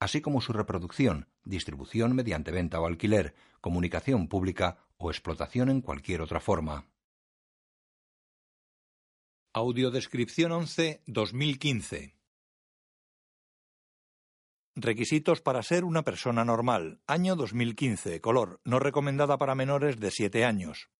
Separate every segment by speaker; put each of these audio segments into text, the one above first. Speaker 1: así como su reproducción, distribución mediante venta o alquiler, comunicación pública o explotación en cualquier otra forma. Audiodescripción 11 2015 Requisitos para ser una persona normal. Año 2015. Color. No recomendada para menores de 7 años.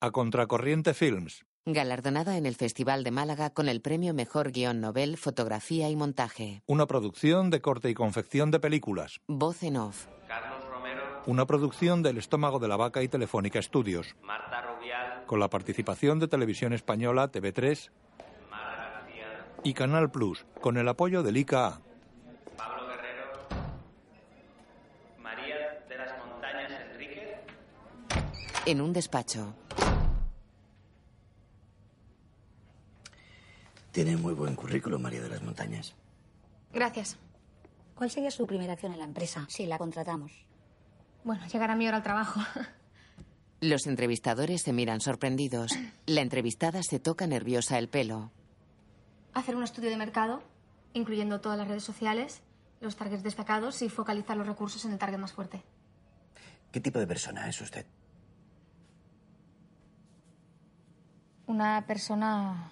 Speaker 1: A Contracorriente Films.
Speaker 2: Galardonada en el Festival de Málaga con el premio Mejor Guión Nobel, Fotografía y Montaje.
Speaker 1: Una producción de corte y confección de películas.
Speaker 2: Voz en off.
Speaker 3: Carlos Romero,
Speaker 1: Una producción del Estómago de la Vaca y Telefónica Estudios.
Speaker 3: Marta Rubial,
Speaker 1: Con la participación de Televisión Española, TV3
Speaker 3: Mara García,
Speaker 1: y Canal Plus. Con el apoyo del ICA.
Speaker 3: Pablo Guerrero, María de las Montañas Enríquez,
Speaker 2: En un despacho.
Speaker 4: Tiene muy buen currículum, María de las Montañas.
Speaker 5: Gracias.
Speaker 6: ¿Cuál sería su primera acción en la empresa si la contratamos?
Speaker 5: Bueno, llegará mi hora al trabajo.
Speaker 2: Los entrevistadores se miran sorprendidos. La entrevistada se toca nerviosa el pelo.
Speaker 5: Hacer un estudio de mercado, incluyendo todas las redes sociales, los targets destacados y focalizar los recursos en el target más fuerte.
Speaker 4: ¿Qué tipo de persona es usted?
Speaker 5: Una persona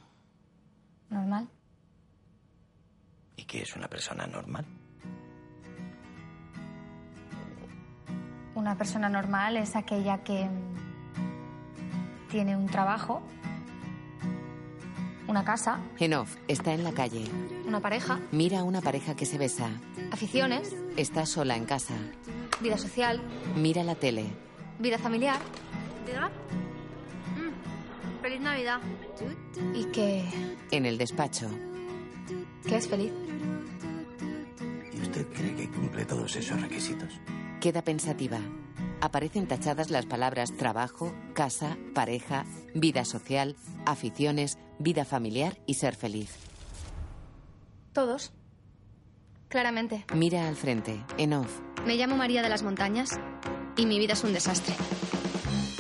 Speaker 5: normal.
Speaker 4: ¿Y qué es una persona normal?
Speaker 5: Una persona normal es aquella que mm, tiene un trabajo, una casa,
Speaker 2: En off está en la calle.
Speaker 5: una pareja,
Speaker 2: Mira a una pareja que se besa.
Speaker 5: aficiones,
Speaker 2: Está sola en casa.
Speaker 5: vida social,
Speaker 2: Mira la tele.
Speaker 5: vida familiar. Mm, Feliz Navidad. Y que,
Speaker 2: En el despacho.
Speaker 5: que es feliz.
Speaker 4: ¿Y usted cree que cumple todos esos requisitos?
Speaker 2: Queda pensativa. Aparecen tachadas las palabras trabajo, casa, pareja, vida social, aficiones, vida familiar y ser feliz.
Speaker 5: Todos. Claramente.
Speaker 2: Mira al frente, en off.
Speaker 7: Me llamo María de las Montañas y mi vida es un desastre.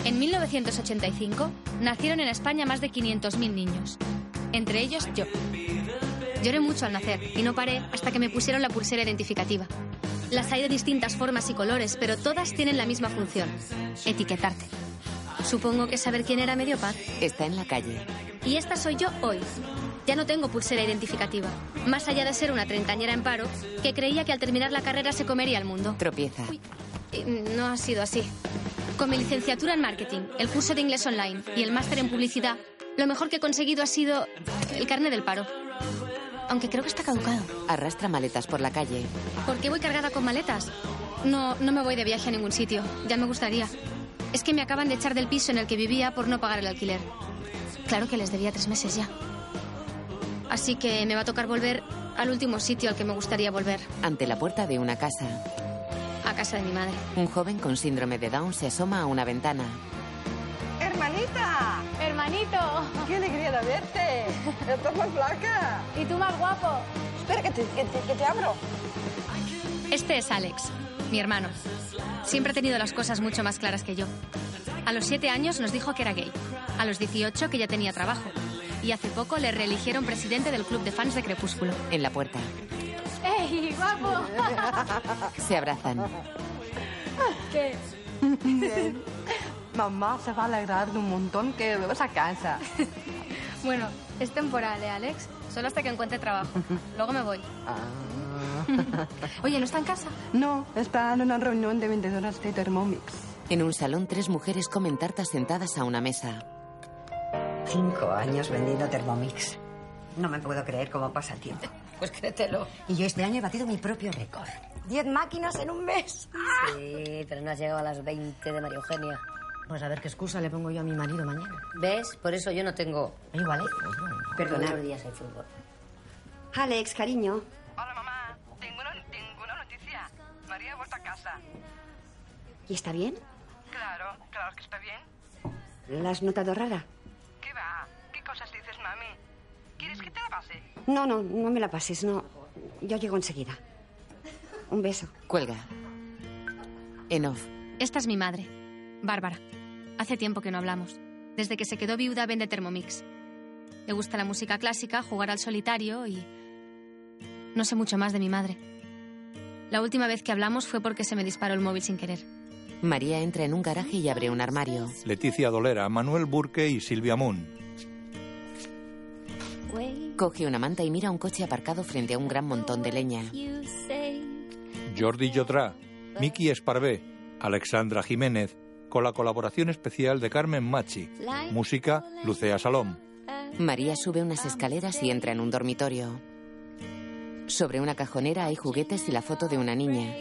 Speaker 7: En 1985 nacieron en España más de 500.000 niños, entre ellos yo. Lloré mucho al nacer y no paré hasta que me pusieron la pulsera identificativa. Las hay de distintas formas y colores, pero todas tienen la misma función, etiquetarte. Supongo que saber quién era medio paz.
Speaker 2: Está en la calle.
Speaker 7: Y esta soy yo hoy. Ya no tengo pulsera identificativa, más allá de ser una treintañera en paro, que creía que al terminar la carrera se comería el mundo.
Speaker 2: Tropieza.
Speaker 7: Uy, eh, no ha sido así. Con mi licenciatura en marketing, el curso de inglés online y el máster en publicidad, lo mejor que he conseguido ha sido el carnet del paro. Aunque creo que está caducado.
Speaker 2: Arrastra maletas por la calle.
Speaker 7: ¿Por qué voy cargada con maletas? No, no me voy de viaje a ningún sitio. Ya me gustaría. Es que me acaban de echar del piso en el que vivía por no pagar el alquiler. Claro que les debía tres meses ya. Así que me va a tocar volver al último sitio al que me gustaría volver,
Speaker 2: Ante la puerta de una casa,
Speaker 7: a casa de mi madre.
Speaker 2: un joven con síndrome de Down se asoma a una ventana.
Speaker 8: ¡Hermanita!
Speaker 5: Hermanito.
Speaker 8: ¡Qué alegría de verte! ¡Estás más flaca!
Speaker 5: Y tú más guapo.
Speaker 8: Espera, que te, que te- que te abro.
Speaker 7: Este es Alex, mi hermano. Siempre ha tenido las cosas mucho más claras que yo. A los siete años nos dijo que era gay. A los 18 que ya tenía trabajo. Y hace poco le reeligieron presidente del club de fans de Crepúsculo.
Speaker 2: En la puerta.
Speaker 5: ¡Ey, guapo!
Speaker 2: Se abrazan.
Speaker 5: ¿Qué?
Speaker 8: Mamá se va a alegrar de un montón que vuelvas a casa.
Speaker 5: Bueno, es temporal, ¿eh, Alex?
Speaker 7: Solo hasta que encuentre trabajo. Luego me voy.
Speaker 5: Oye, ¿no está en casa?
Speaker 8: No, está en una reunión de vendedoras de Thermomix.
Speaker 2: En un salón, tres mujeres comen tartas sentadas a una mesa.
Speaker 9: Cinco años vendiendo Thermomix. No me puedo creer cómo pasa el tiempo.
Speaker 6: Pues créetelo.
Speaker 9: Y yo este año he batido mi propio récord.
Speaker 6: Diez máquinas en un mes.
Speaker 9: Sí, pero no has llegado a las 20 de María Eugenia.
Speaker 6: Pues a ver qué excusa le pongo yo a mi marido mañana.
Speaker 9: ¿Ves? Por eso yo no tengo...
Speaker 6: Igual, ¿eh?
Speaker 9: Perdona.
Speaker 6: Todos los días hay fútbol.
Speaker 9: Alex, cariño.
Speaker 8: Hola, mamá. Tengo una, tengo una noticia. María ha vuelto a casa.
Speaker 5: ¿Y está bien?
Speaker 8: Claro, claro que está bien.
Speaker 5: ¿La has notado rara?
Speaker 8: ¿Qué va? ¿Qué cosas dices, mami? ¿Quieres que te la pase?
Speaker 5: No, no, no me la pases, no. Yo llego enseguida. Un beso.
Speaker 2: Cuelga. En off.
Speaker 10: Esta es mi madre, Bárbara. Hace tiempo que no hablamos. Desde que se quedó viuda vende Thermomix. Le gusta la música clásica, jugar al solitario y... No sé mucho más de mi madre. La última vez que hablamos fue porque se me disparó el móvil sin querer.
Speaker 2: María entra en un garaje y abre un armario.
Speaker 1: Leticia Dolera, Manuel Burke y Silvia Moon.
Speaker 2: Coge una manta y mira un coche aparcado frente a un gran montón de leña.
Speaker 1: Jordi Yotra, Miki Esparvé, Alexandra Jiménez, con la colaboración especial de Carmen Machi. Música, Lucea Salom.
Speaker 2: María sube unas escaleras y entra en un dormitorio. Sobre una cajonera hay juguetes y la foto de una niña.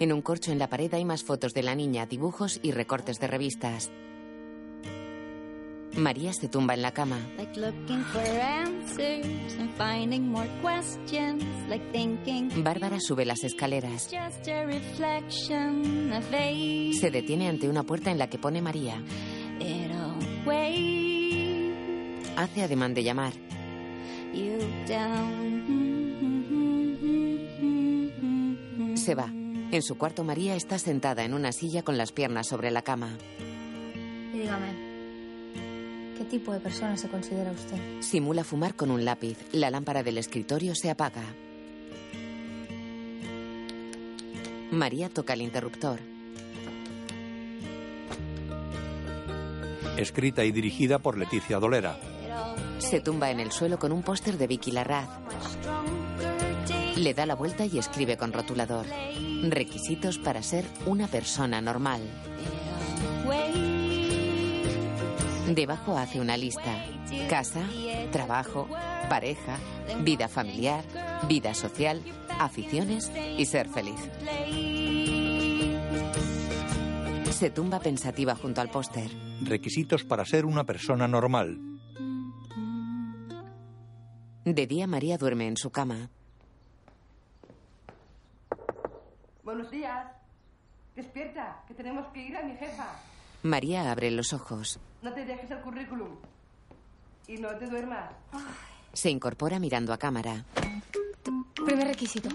Speaker 2: En un corcho en la pared hay más fotos de la niña, dibujos y recortes de revistas. María se tumba en la cama.
Speaker 11: Like looking for answers and finding more questions, like thinking
Speaker 2: Bárbara sube las escaleras.
Speaker 11: just a reflection of age.
Speaker 2: Se detiene ante una puerta en la que pone María.
Speaker 11: Way
Speaker 2: Hace ademán de llamar.
Speaker 11: you down.
Speaker 2: Se va. En su cuarto María está sentada en una silla con las piernas sobre la cama.
Speaker 7: Y dígame, ¿qué tipo de persona se considera usted?
Speaker 2: Simula fumar con un lápiz. La lámpara del escritorio se apaga. María toca el interruptor.
Speaker 1: Escrita y dirigida por Leticia Dolera.
Speaker 2: Se tumba en el suelo con un póster de Vicky Larraz. Le da la vuelta y escribe con rotulador. Requisitos para ser una persona normal. Debajo hace una lista. Casa, trabajo, pareja, vida familiar, vida social, aficiones y ser feliz. Se tumba pensativa junto al póster.
Speaker 1: Requisitos para ser una persona normal.
Speaker 2: De día María duerme en su cama.
Speaker 8: Buenos días. Despierta, que tenemos que ir a mi jefa.
Speaker 2: María abre los ojos.
Speaker 8: No te dejes el currículum. Y no te duermas.
Speaker 2: Se incorpora mirando a cámara.
Speaker 7: Primer requisito,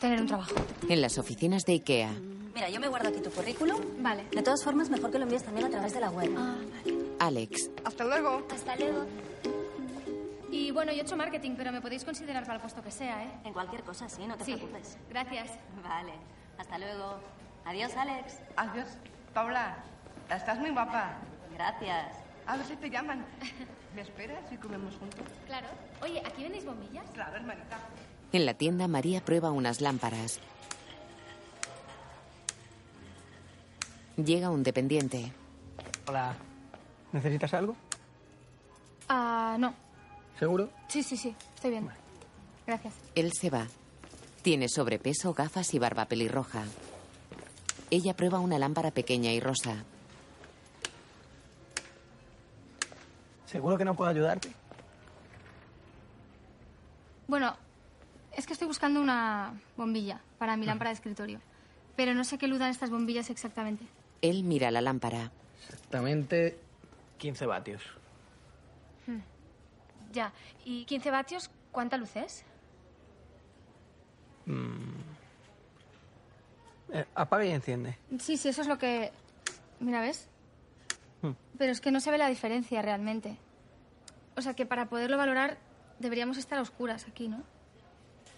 Speaker 7: tener un trabajo.
Speaker 2: En las oficinas de IKEA.
Speaker 12: Mira, yo me guardo aquí tu currículum.
Speaker 7: Vale. Ah.
Speaker 12: De todas formas, mejor que lo envíes también a través de la web.
Speaker 2: Alex.
Speaker 8: Hasta luego.
Speaker 10: Hasta luego. Y bueno, yo he hecho marketing, pero me podéis considerar para el puesto que sea, ¿eh?
Speaker 12: En cualquier cosa, sí, no te
Speaker 10: Sí.
Speaker 12: preocupes.
Speaker 10: Gracias.
Speaker 12: Vale. Hasta luego. Adiós, Alex.
Speaker 8: Adiós, Paula. Estás muy guapa.
Speaker 12: Gracias.
Speaker 8: A ver si te llaman. ¿Me esperas y comemos juntos?
Speaker 10: Claro. Oye, ¿aquí vendéis bombillas?
Speaker 8: Claro, hermanita.
Speaker 2: En la tienda María prueba unas lámparas. Llega un dependiente.
Speaker 13: Hola. ¿Necesitas algo?
Speaker 7: Ah, no.
Speaker 13: ¿Seguro?
Speaker 7: Sí, sí, sí, estoy bien. Gracias.
Speaker 2: Él se va. Tiene sobrepeso, gafas y barba pelirroja. Ella prueba una lámpara pequeña y rosa.
Speaker 13: ¿Seguro que no puedo ayudarte?
Speaker 7: Bueno, es que estoy buscando una bombilla para mi lámpara de escritorio. Pero no sé qué luz dan estas bombillas exactamente.
Speaker 2: Él mira la lámpara.
Speaker 13: Exactamente 15 vatios.
Speaker 10: Hmm.
Speaker 7: Ya. ¿Y 15 vatios cuánta luz es?
Speaker 13: Mm. Eh, apaga y enciende.
Speaker 7: Sí, sí, eso es lo que... Mira, ¿ves?
Speaker 13: Hmm.
Speaker 7: Pero es que no se ve la diferencia realmente. O sea, que para poderlo valorar deberíamos estar a oscuras aquí, ¿no?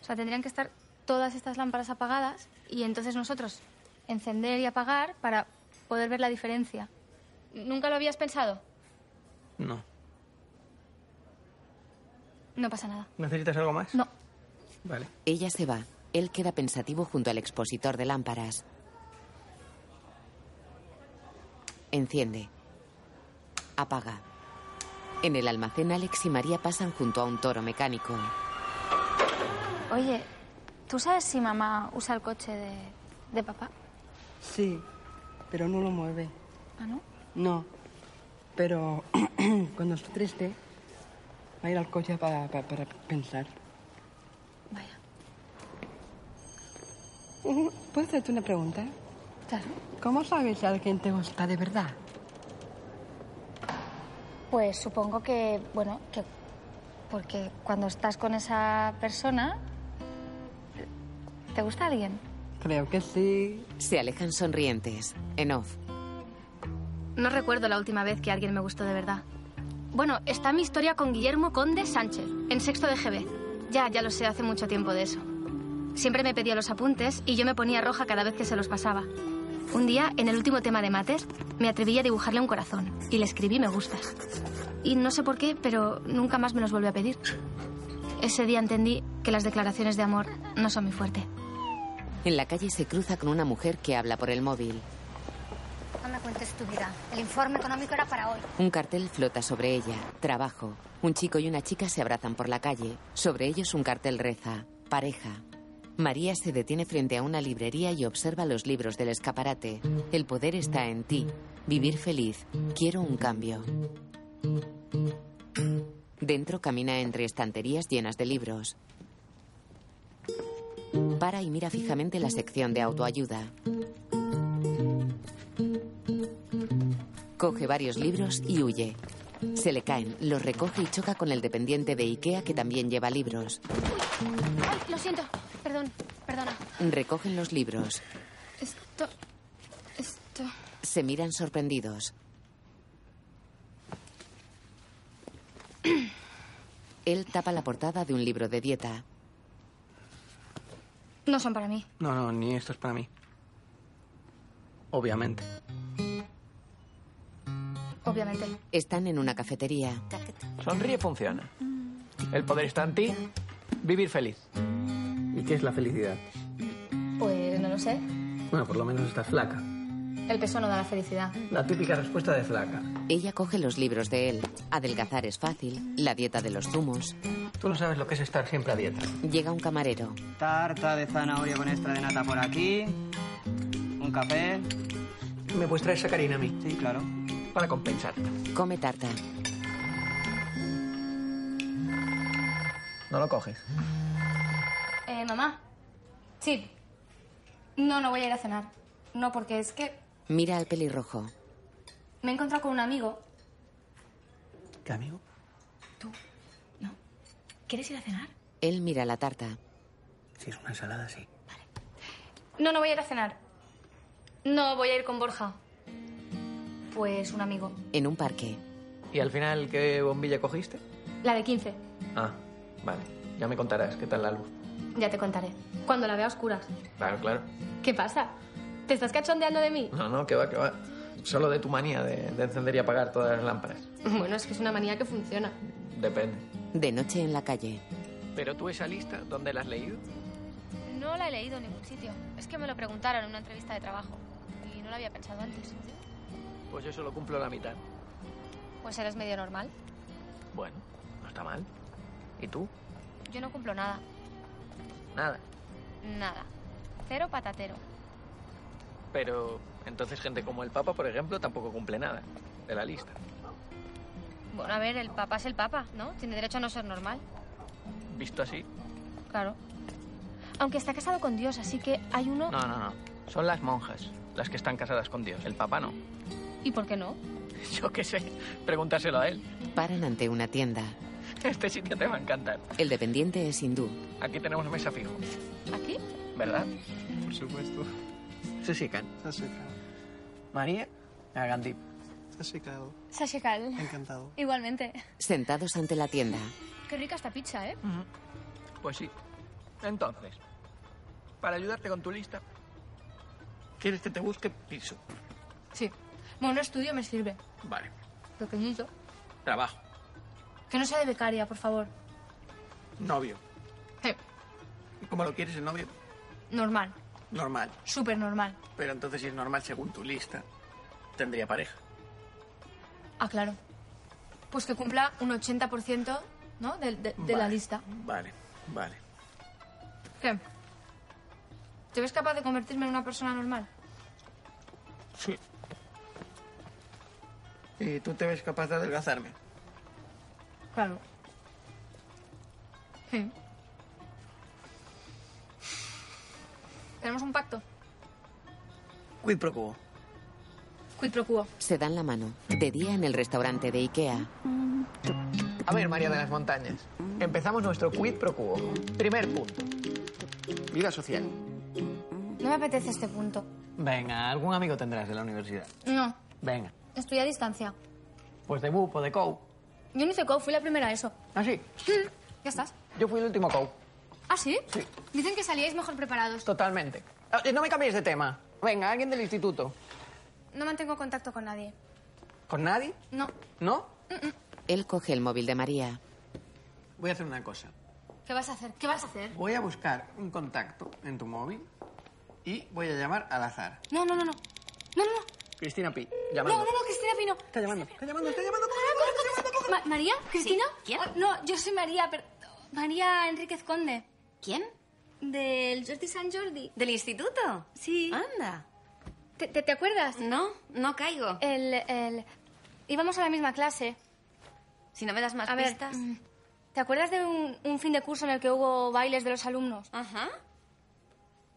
Speaker 7: O sea, tendrían que estar todas estas lámparas apagadas y entonces nosotros encender y apagar para poder ver la diferencia. ¿Nunca lo habías pensado?
Speaker 13: No.
Speaker 7: No pasa nada.
Speaker 13: ¿Necesitas algo más?
Speaker 7: No.
Speaker 13: Vale.
Speaker 2: Ella se va. Él queda pensativo junto al expositor de lámparas. Enciende. Apaga. En el almacén Alex y María pasan junto a un toro mecánico.
Speaker 7: Oye, ¿tú sabes si mamá usa el coche de, de papá?
Speaker 8: Sí, pero no lo mueve.
Speaker 7: ¿Ah, no?
Speaker 8: No. Pero cuando esté triste, va a ir al coche para, para, para pensar. Uh, Vaya. ¿Puedo hacerte una pregunta?
Speaker 14: Claro.
Speaker 8: ¿Cómo sabes si alguien te gusta de verdad?
Speaker 14: Pues supongo que, bueno, que. Porque cuando estás con esa persona. ¿Te gusta alguien?
Speaker 8: Creo que sí.
Speaker 2: Se alejan sonrientes. En off.
Speaker 7: No recuerdo la última vez que alguien me gustó de verdad. Bueno, está mi historia con Guillermo Conde Sánchez, en sexto de GB. Ya, ya lo sé, hace mucho tiempo de eso. Siempre me pedía los apuntes y yo me ponía roja cada vez que se los pasaba. Un día, en el último tema de mates, me atreví a dibujarle un corazón y le escribí me gustas. Y no sé por qué, pero nunca más me los volvió a pedir. Ese día entendí que las declaraciones de amor no son mi fuerte.
Speaker 2: En la calle se cruza con una mujer que habla por el móvil.
Speaker 15: No me cuentes tu vida. El informe económico era para hoy.
Speaker 2: Un cartel flota sobre ella. Trabajo. Un chico y una chica se abrazan por la calle. Sobre ellos un cartel reza. Pareja. María se detiene frente a una librería y observa los libros del escaparate. El poder está en ti. Vivir feliz. Quiero un cambio. Dentro camina entre estanterías llenas de libros. Para y mira fijamente la sección de autoayuda. Coge varios libros y huye. Se le caen, los recoge y choca con el dependiente de Ikea que también lleva libros.
Speaker 7: Ay, lo siento. Perdón, perdona.
Speaker 2: Recogen los libros.
Speaker 7: Esto. Esto.
Speaker 2: Se miran sorprendidos. Él tapa la portada de un libro de dieta.
Speaker 7: No son para mí.
Speaker 4: No, no, ni esto es para mí. Obviamente.
Speaker 7: Obviamente.
Speaker 2: Están en una cafetería.
Speaker 4: Sonríe funciona. El poder está en ti. Vivir feliz. ¿Y qué es la felicidad?
Speaker 7: Pues no lo sé.
Speaker 4: Bueno, por lo menos estás flaca.
Speaker 7: El peso no da la felicidad.
Speaker 4: La típica respuesta de flaca.
Speaker 2: Ella coge los libros de él. Adelgazar es fácil. La dieta de los zumos.
Speaker 4: Tú no sabes lo que es estar siempre a dieta.
Speaker 2: Llega un camarero.
Speaker 16: Tarta de zanahoria con extra de nata por aquí. Un café.
Speaker 4: ¿Me puedes traer sacarina a mí?
Speaker 16: Sí, claro.
Speaker 4: Para compensar.
Speaker 2: Come tarta.
Speaker 4: No lo coges.
Speaker 14: Eh, mamá. Sí. No, no voy a ir a cenar. No, porque es que
Speaker 2: Mira al pelirrojo.
Speaker 14: me he encontrado con un amigo.
Speaker 4: ¿Qué amigo?
Speaker 14: ¿Quieres ir a cenar?
Speaker 2: Él mira la tarta.
Speaker 4: Si es una ensalada, sí.
Speaker 14: No, no voy a ir a cenar. No, voy a ir con Borja. Pues un amigo.
Speaker 2: En un parque.
Speaker 4: ¿Y al final qué bombilla cogiste?
Speaker 14: La de 15.
Speaker 4: Ah, vale. Ya me contarás qué tal la luz.
Speaker 14: Ya te contaré. Cuando la vea a oscuras.
Speaker 4: Claro, claro.
Speaker 14: ¿Qué pasa? ¿Te estás cachondeando de mí?
Speaker 4: No, no, que va, que va. Solo de tu manía de, de encender y apagar todas las lámparas.
Speaker 14: Bueno, es que es una manía que funciona.
Speaker 4: Depende.
Speaker 2: De noche en la calle.
Speaker 4: ¿Pero tú esa lista, dónde la has leído?
Speaker 7: No la he leído en ningún sitio. Es que me lo preguntaron en una entrevista de trabajo. Y no lo había pensado antes.
Speaker 4: Pues yo solo cumplo la mitad.
Speaker 7: Pues eres medio normal.
Speaker 4: Bueno, no está mal. ¿Y tú?
Speaker 7: Yo no cumplo nada.
Speaker 4: Nada.
Speaker 7: Nada. Cero patatero.
Speaker 4: Pero entonces gente como el Papa, por ejemplo, tampoco cumple nada de la lista.
Speaker 7: Bueno, a ver, el papá es el papa, ¿no? Tiene derecho a no ser normal.
Speaker 4: Visto así.
Speaker 7: Claro. Aunque está casado con Dios, así que hay uno...
Speaker 4: No, no, no. Son las monjas las que están casadas con Dios. El Papa no.
Speaker 7: ¿Y por qué no?
Speaker 4: Yo qué sé. Pregúntaselo a él.
Speaker 2: Paran ante una tienda.
Speaker 4: Este sitio te va a encantar.
Speaker 2: El dependiente es hindú.
Speaker 4: Aquí tenemos mesa fijo.
Speaker 7: ¿Aquí?
Speaker 4: ¿Verdad?
Speaker 17: Por supuesto.
Speaker 4: Sasikan.
Speaker 17: Sasikan.
Speaker 4: María Agandip.
Speaker 17: Sasikan.
Speaker 7: Sashikal.
Speaker 17: Encantado.
Speaker 7: Igualmente.
Speaker 2: Sentados ante la tienda.
Speaker 7: Qué rica esta pizza, ¿eh?
Speaker 4: Pues sí. Entonces, para ayudarte con tu lista, ¿quieres que te busque piso?
Speaker 7: Sí. Bueno, un estudio me sirve.
Speaker 4: Vale.
Speaker 14: Pequeñito.
Speaker 4: Trabajo.
Speaker 14: Que no sea de becaria, por favor.
Speaker 4: Novio.
Speaker 14: Sí.
Speaker 4: ¿Y ¿Cómo lo quieres el novio?
Speaker 14: Normal.
Speaker 4: Normal.
Speaker 14: Súper normal.
Speaker 4: Pero entonces si es normal según tu lista, tendría pareja.
Speaker 14: Ah, claro. Pues que cumpla un 80%, ¿no? De, de- de la
Speaker 4: Vale.
Speaker 14: lista.
Speaker 4: Vale, vale.
Speaker 14: ¿Qué? ¿Te ves capaz de convertirme en una persona normal?
Speaker 4: Sí. ¿Y tú te ves capaz de adelgazarme?
Speaker 14: Claro. Sí. ¿Tenemos un pacto?
Speaker 13: Quid pro quo.
Speaker 10: Quid pro quo.
Speaker 2: Se dan la mano. De día en el restaurante de Ikea.
Speaker 4: A ver, María de las Montañas. Empezamos nuestro quid pro quo. Primer punto. Vida social.
Speaker 7: No me apetece este punto.
Speaker 4: Venga, algún amigo tendrás de la universidad.
Speaker 7: No,
Speaker 4: Venga.
Speaker 7: estoy a distancia.
Speaker 4: Pues de bupo, de cow.
Speaker 7: Yo no hice co, fui la primera a eso.
Speaker 4: ¿Ah, sí?
Speaker 7: Ya estás.
Speaker 4: Yo fui el último cow.
Speaker 7: ¿Ah, sí? Dicen que salíais mejor preparados.
Speaker 4: Totalmente. Ah, No me cambies de tema. Venga, alguien del instituto.
Speaker 7: No mantengo contacto con nadie.
Speaker 4: ¿Con nadie?
Speaker 7: No.
Speaker 4: ¿No?
Speaker 2: Él coge el móvil de María.
Speaker 4: Voy a hacer una cosa.
Speaker 7: ¿Qué vas a hacer? ¿Qué vas a hacer?
Speaker 4: Voy a buscar un contacto en tu móvil y voy a llamar al azar.
Speaker 7: No, no, no, no. No, no, no.
Speaker 4: Cristina Pi,
Speaker 7: No,
Speaker 4: llamando.
Speaker 7: no, no, Cristina Pino. Está
Speaker 4: llamando, está llamando, está llamando.
Speaker 7: Ah, ¿María? ¿Cristina?
Speaker 12: ¿Quién?
Speaker 7: Ah, no, yo soy María, pero... María Enríquez Conde.
Speaker 12: ¿Quién?
Speaker 7: Del Jordi San Jordi.
Speaker 12: ¿Del instituto?
Speaker 7: Sí.
Speaker 12: Anda.
Speaker 7: ¿Te, te, te acuerdas?
Speaker 12: No, no caigo.
Speaker 7: El, el... Íbamos a la misma clase.
Speaker 12: Si no me das más
Speaker 7: a ver,
Speaker 12: pistas.
Speaker 7: mm, ¿te acuerdas de un, un fin de curso en el que hubo bailes de los alumnos?
Speaker 12: Ajá.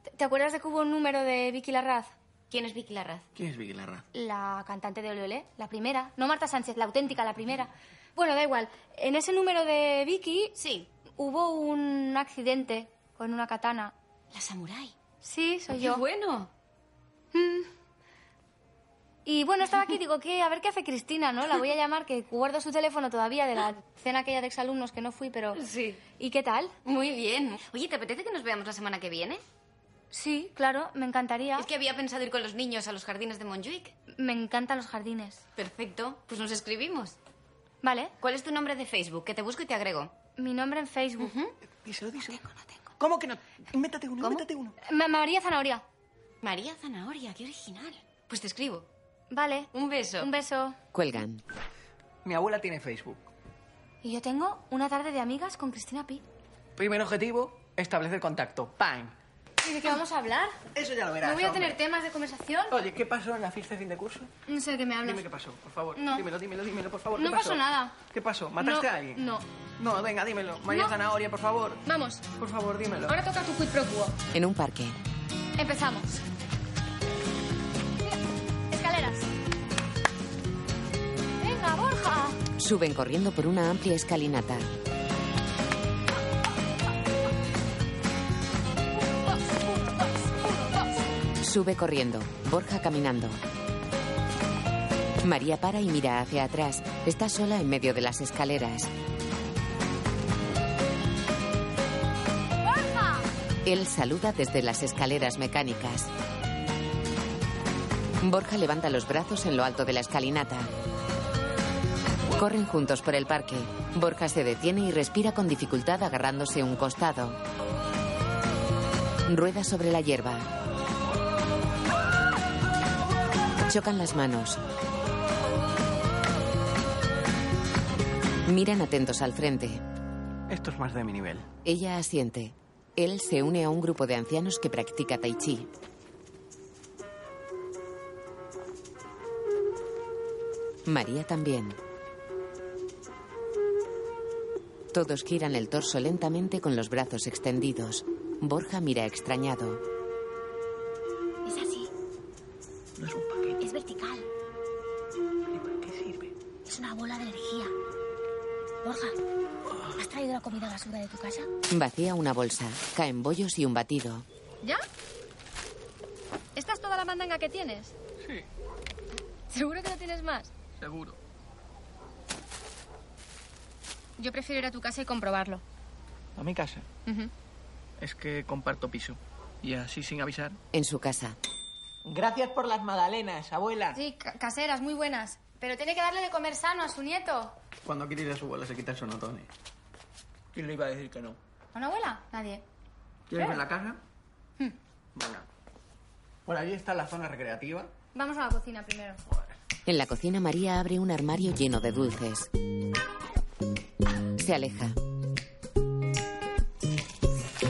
Speaker 7: ¿Te, te acuerdas de que hubo un número de Vicky Larraz?
Speaker 12: ¿Quién es Vicky Larraz?
Speaker 4: ¿Quién es Vicky Larraz?
Speaker 7: La cantante de Ole Ole, la primera. No Marta Sánchez, la auténtica, la primera. Bueno, da igual. En ese número de Vicky... Sí. Hubo un accidente con una katana.
Speaker 12: La samurái.
Speaker 7: Sí, soy
Speaker 12: Qué
Speaker 7: yo.
Speaker 12: bueno.
Speaker 7: Mm. Y bueno, estaba aquí, digo, que a ver qué hace Cristina, ¿no? La voy a llamar, que guardo su teléfono todavía de la cena aquella de exalumnos que no fui, pero...
Speaker 12: Sí.
Speaker 7: ¿Y qué tal?
Speaker 12: Muy bien. Oye, ¿te apetece que nos veamos la semana que viene?
Speaker 7: Sí, claro, me encantaría.
Speaker 12: Es que había pensado ir con los niños a los jardines de Montjuic.
Speaker 7: Me encantan los jardines.
Speaker 12: Perfecto. Pues nos escribimos.
Speaker 7: Vale,
Speaker 12: ¿Cuál es tu nombre de Facebook? Que te busco y te agrego.
Speaker 7: mi nombre en Facebook.
Speaker 4: Díselo, díselo. ¿Cómo que no? Invéntate uno, invéntate uno.
Speaker 7: Ma- María Zanahoria.
Speaker 12: María Zanahoria, qué original. Pues te escribo.
Speaker 7: Vale,
Speaker 12: Un beso.
Speaker 7: un beso.
Speaker 2: Cuelgan.
Speaker 4: Mi abuela tiene Facebook.
Speaker 7: Y yo tengo una tarde de amigas con Cristina Pi.
Speaker 4: Primer objetivo, establecer contacto. ¡Pam!
Speaker 7: ¿Y de qué vamos a hablar?
Speaker 4: Eso ya lo verás.
Speaker 7: ¿No voy a
Speaker 4: hombre.
Speaker 7: tener temas de conversación?
Speaker 4: Oye, ¿qué pasó en la fiesta de fin de curso?
Speaker 7: No sé de qué me hablas.
Speaker 4: Dime qué pasó, por favor.
Speaker 7: No.
Speaker 4: Dímelo, dímelo, dímelo, por favor.
Speaker 7: No
Speaker 4: ¿Qué pasó?
Speaker 7: pasó nada.
Speaker 4: ¿Qué pasó? ¿Mataste
Speaker 7: No,
Speaker 4: a alguien?
Speaker 7: No.
Speaker 4: No, venga, dímelo. María
Speaker 7: No.
Speaker 4: Zanahoria, por favor.
Speaker 7: Vamos,
Speaker 4: Por favor, dímelo.
Speaker 7: ahora toca tu quid pro quo.
Speaker 2: En un parque.
Speaker 7: Empezamos. Escaleras. Venga, Borja.
Speaker 2: Suben corriendo por una amplia escalinata. Sube corriendo. Borja caminando. María para y mira hacia atrás. Está sola en medio de las escaleras.
Speaker 7: Borja.
Speaker 2: Él saluda desde las escaleras mecánicas. Borja levanta los brazos en lo alto de la escalinata. Corren juntos por el parque. Borja se detiene y respira con dificultad agarrándose un costado. Rueda sobre la hierba. Chocan las manos. Miran atentos al frente.
Speaker 4: Esto es más de mi nivel.
Speaker 2: Ella asiente. Él se une a un grupo de ancianos que practica tai chi. María también. Todos giran el torso lentamente con los brazos extendidos. Borja mira extrañado.
Speaker 12: Es así.
Speaker 4: No es un paquete.
Speaker 12: Es vertical.
Speaker 4: ¿Y para qué sirve?
Speaker 12: Es una bola de energía. Borja,
Speaker 4: Ah.
Speaker 12: ¿has traído la comida basura de tu casa?
Speaker 2: Vacía una bolsa. Caen bollos y un batido.
Speaker 7: ¿Ya? ¿Esta es toda la mandanga que tienes?
Speaker 13: Sí,
Speaker 7: ¿Seguro que no tienes más?
Speaker 13: seguro.
Speaker 7: Yo prefiero ir a tu casa y comprobarlo.
Speaker 4: A mi casa.
Speaker 7: Ujú.
Speaker 4: Es que comparto piso. Y así sin avisar.
Speaker 2: En su casa.
Speaker 4: Gracias por las magdalenas, abuela.
Speaker 7: Sí, ca- caseras, muy buenas. Pero tiene que darle de comer sano a su nieto.
Speaker 4: Cuando quiere ir a su abuela se quita el sonotone. ¿Quién le iba a decir que no?
Speaker 7: ¿A una abuela? Nadie.
Speaker 4: ¿Quieres
Speaker 7: Claro.
Speaker 4: ver la casa? Hmm. Venga. Por allí está la zona recreativa.
Speaker 7: Vamos a la cocina primero.
Speaker 2: En la cocina María abre un armario lleno de dulces. Se aleja.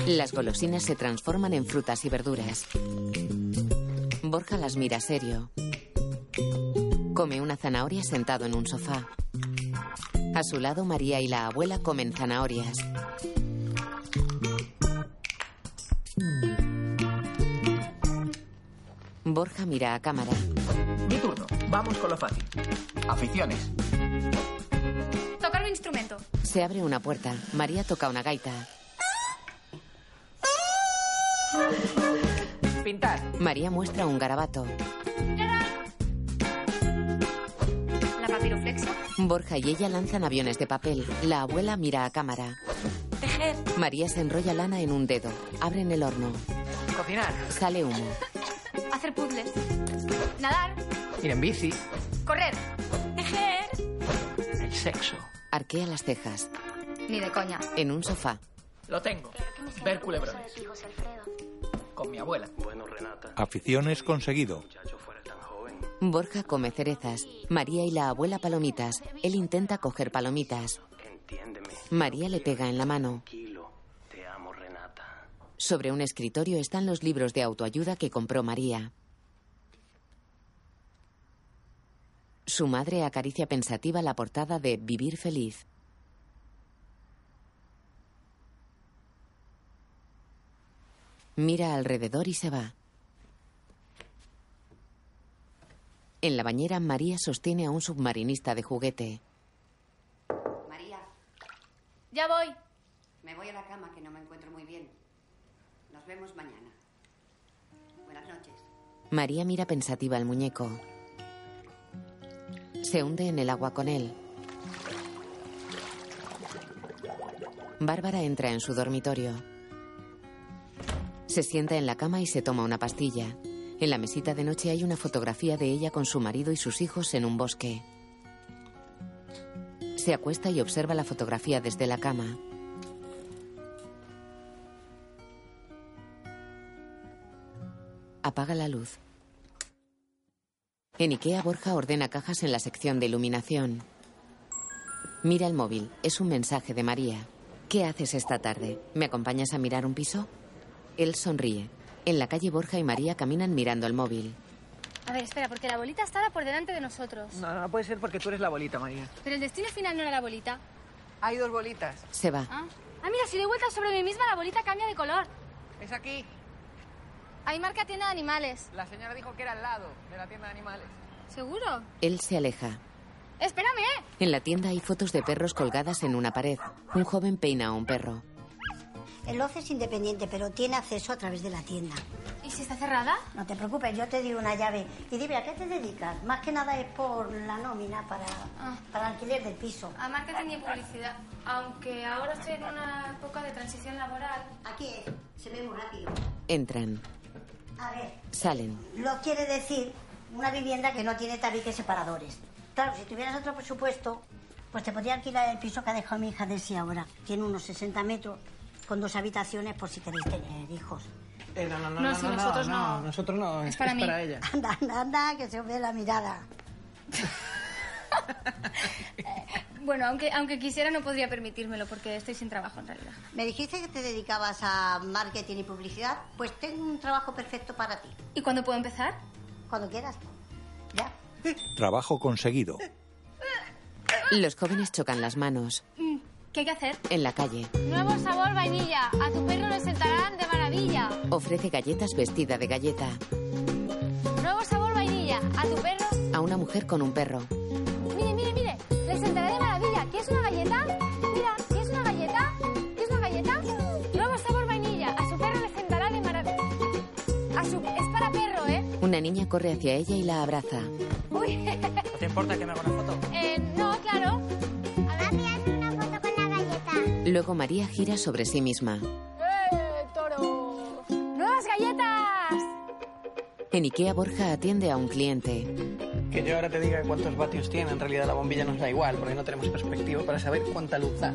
Speaker 2: Las golosinas se transforman en frutas y verduras. Borja las mira serio. Come una zanahoria sentado en un sofá. A su lado María y la abuela comen zanahorias. Borja mira a cámara.
Speaker 4: Mi turno. Vamos con lo fácil. Aficiones.
Speaker 10: Tocar un instrumento.
Speaker 2: Se abre una puerta. María toca una gaita.
Speaker 4: Pintar.
Speaker 2: María muestra un garabato.
Speaker 10: La papiroflexia.
Speaker 2: Borja y ella lanzan aviones de papel. La abuela mira a cámara.
Speaker 10: Tejer.
Speaker 2: María se enrolla lana en un dedo. Abren el horno.
Speaker 4: Cocinar.
Speaker 2: Sale humo.
Speaker 10: Hacer puzzles. Nadar.
Speaker 4: Ir en bici.
Speaker 10: Correr. Tejer.
Speaker 4: El sexo.
Speaker 2: Arquea las cejas.
Speaker 10: Ni de coña.
Speaker 2: En un sofá.
Speaker 4: Lo tengo. Ver culebrones. Con mi abuela. Bueno, Renata.
Speaker 1: Aficiones conseguido.
Speaker 2: Borja come cerezas. María y la abuela palomitas. Él intenta coger palomitas.
Speaker 18: Entiéndeme.
Speaker 2: María le pega en la mano.
Speaker 18: Tranquilo. Te amo, Renata.
Speaker 2: Sobre un escritorio están los libros de autoayuda que compró María. Su madre acaricia pensativa la portada de Vivir feliz. Mira alrededor y se va. En la bañera, María sostiene a un submarinista de juguete.
Speaker 5: María,
Speaker 10: Ya voy.
Speaker 5: me voy a la cama que no me encuentro muy bien. Nos vemos mañana. Buenas noches.
Speaker 2: María mira pensativa al muñeco. Se hunde en el agua con él. Bárbara entra en su dormitorio. Se sienta en la cama y se toma una pastilla. En la mesita de noche hay una fotografía de ella con su marido y sus hijos en un bosque. Se acuesta y observa la fotografía desde la cama. Apaga la luz. En Ikea, Borja ordena cajas en la sección de iluminación. Mira el móvil. Es un mensaje de María. ¿Qué haces esta tarde? ¿Me acompañas a mirar un piso? Él sonríe. En la calle, Borja y María caminan mirando el móvil.
Speaker 7: A ver, espera, porque la bolita estaba por delante de nosotros.
Speaker 4: No, no puede ser porque tú eres la bolita, María.
Speaker 7: Pero el destino final no era la bolita.
Speaker 4: Hay dos bolitas.
Speaker 2: Se va.
Speaker 7: Ah, Ah, mira, si doy vueltas sobre mí misma, la bolita cambia de color.
Speaker 4: Es aquí.
Speaker 7: Hay marca tienda de animales.
Speaker 4: La señora dijo que era al lado de la tienda de animales.
Speaker 7: ¿Seguro?
Speaker 2: Él se aleja.
Speaker 7: Espérame, ¿eh?
Speaker 2: En la tienda hay fotos de perros colgadas en una pared. Un joven peina a un perro.
Speaker 19: El OCE es independiente, pero tiene acceso a través de la tienda.
Speaker 7: ¿Y si está cerrada?
Speaker 19: No te preocupes, yo te di una llave. Y dime, ¿a qué te dedicas? Más que nada es por la nómina para,
Speaker 7: Ah.
Speaker 19: para alquiler del piso.
Speaker 7: A marca tenía publicidad, aunque ahora estoy en una época de transición laboral.
Speaker 19: Aquí es, se ve muy rápido.
Speaker 2: Entran.
Speaker 19: A ver,
Speaker 2: Salen.
Speaker 19: lo quiere decir una vivienda que no tiene tabiques separadores. Claro, si tuvieras otro presupuesto, pues te podría alquilar el piso que ha dejado mi hija de sí ahora. Tiene unos 60 metros con dos habitaciones por si queréis tener hijos.
Speaker 4: Eh, no, no, no,
Speaker 19: No,
Speaker 4: no,
Speaker 19: si
Speaker 4: no, no,
Speaker 19: nosotros
Speaker 4: no,
Speaker 19: no.
Speaker 4: Nosotros no, es,
Speaker 19: Es para
Speaker 4: es
Speaker 19: mí.
Speaker 4: para ella.
Speaker 19: Anda, anda, anda, que se os ve la mirada.
Speaker 7: Bueno, aunque, aunque quisiera no podría permitírmelo porque estoy sin trabajo en realidad.
Speaker 19: Me dijiste que te dedicabas a marketing y publicidad, pues tengo un trabajo perfecto para ti.
Speaker 7: ¿Y cuándo puedo empezar?
Speaker 19: Cuando quieras.
Speaker 1: Trabajo conseguido.
Speaker 2: Los jóvenes chocan las manos.
Speaker 7: Mm, ¿Qué hay que hacer?
Speaker 2: En la calle.
Speaker 7: Nuevo sabor vainilla. A tu perro lo sentarán de maravilla.
Speaker 2: Ofrece galletas vestida de galleta.
Speaker 7: Nuevo sabor vainilla. A tu perro.
Speaker 2: A una mujer con un perro.
Speaker 12: Mire, mire, mire. Le sentaré de maravilla. ¿Quieres una galleta? Mira, ¿quieres una galleta? ¿Quieres una galleta? Nuevo sabor vainilla. A su perro le sentará de maravilla. A su... Es para perro, ¿eh?
Speaker 2: Una niña corre hacia ella y la abraza.
Speaker 12: Uy.
Speaker 4: ¿No te importa que me haga una foto?
Speaker 12: eh, no, claro.
Speaker 2: Luego María gira sobre sí misma.
Speaker 12: ¡Eh, toro! ¡Nuevas galletas!
Speaker 2: En Ikea, Borja atiende a un cliente.
Speaker 4: Que yo ahora te diga cuántos vatios tiene, en realidad la bombilla nos da igual, porque no tenemos perspectiva para saber cuánta luz da.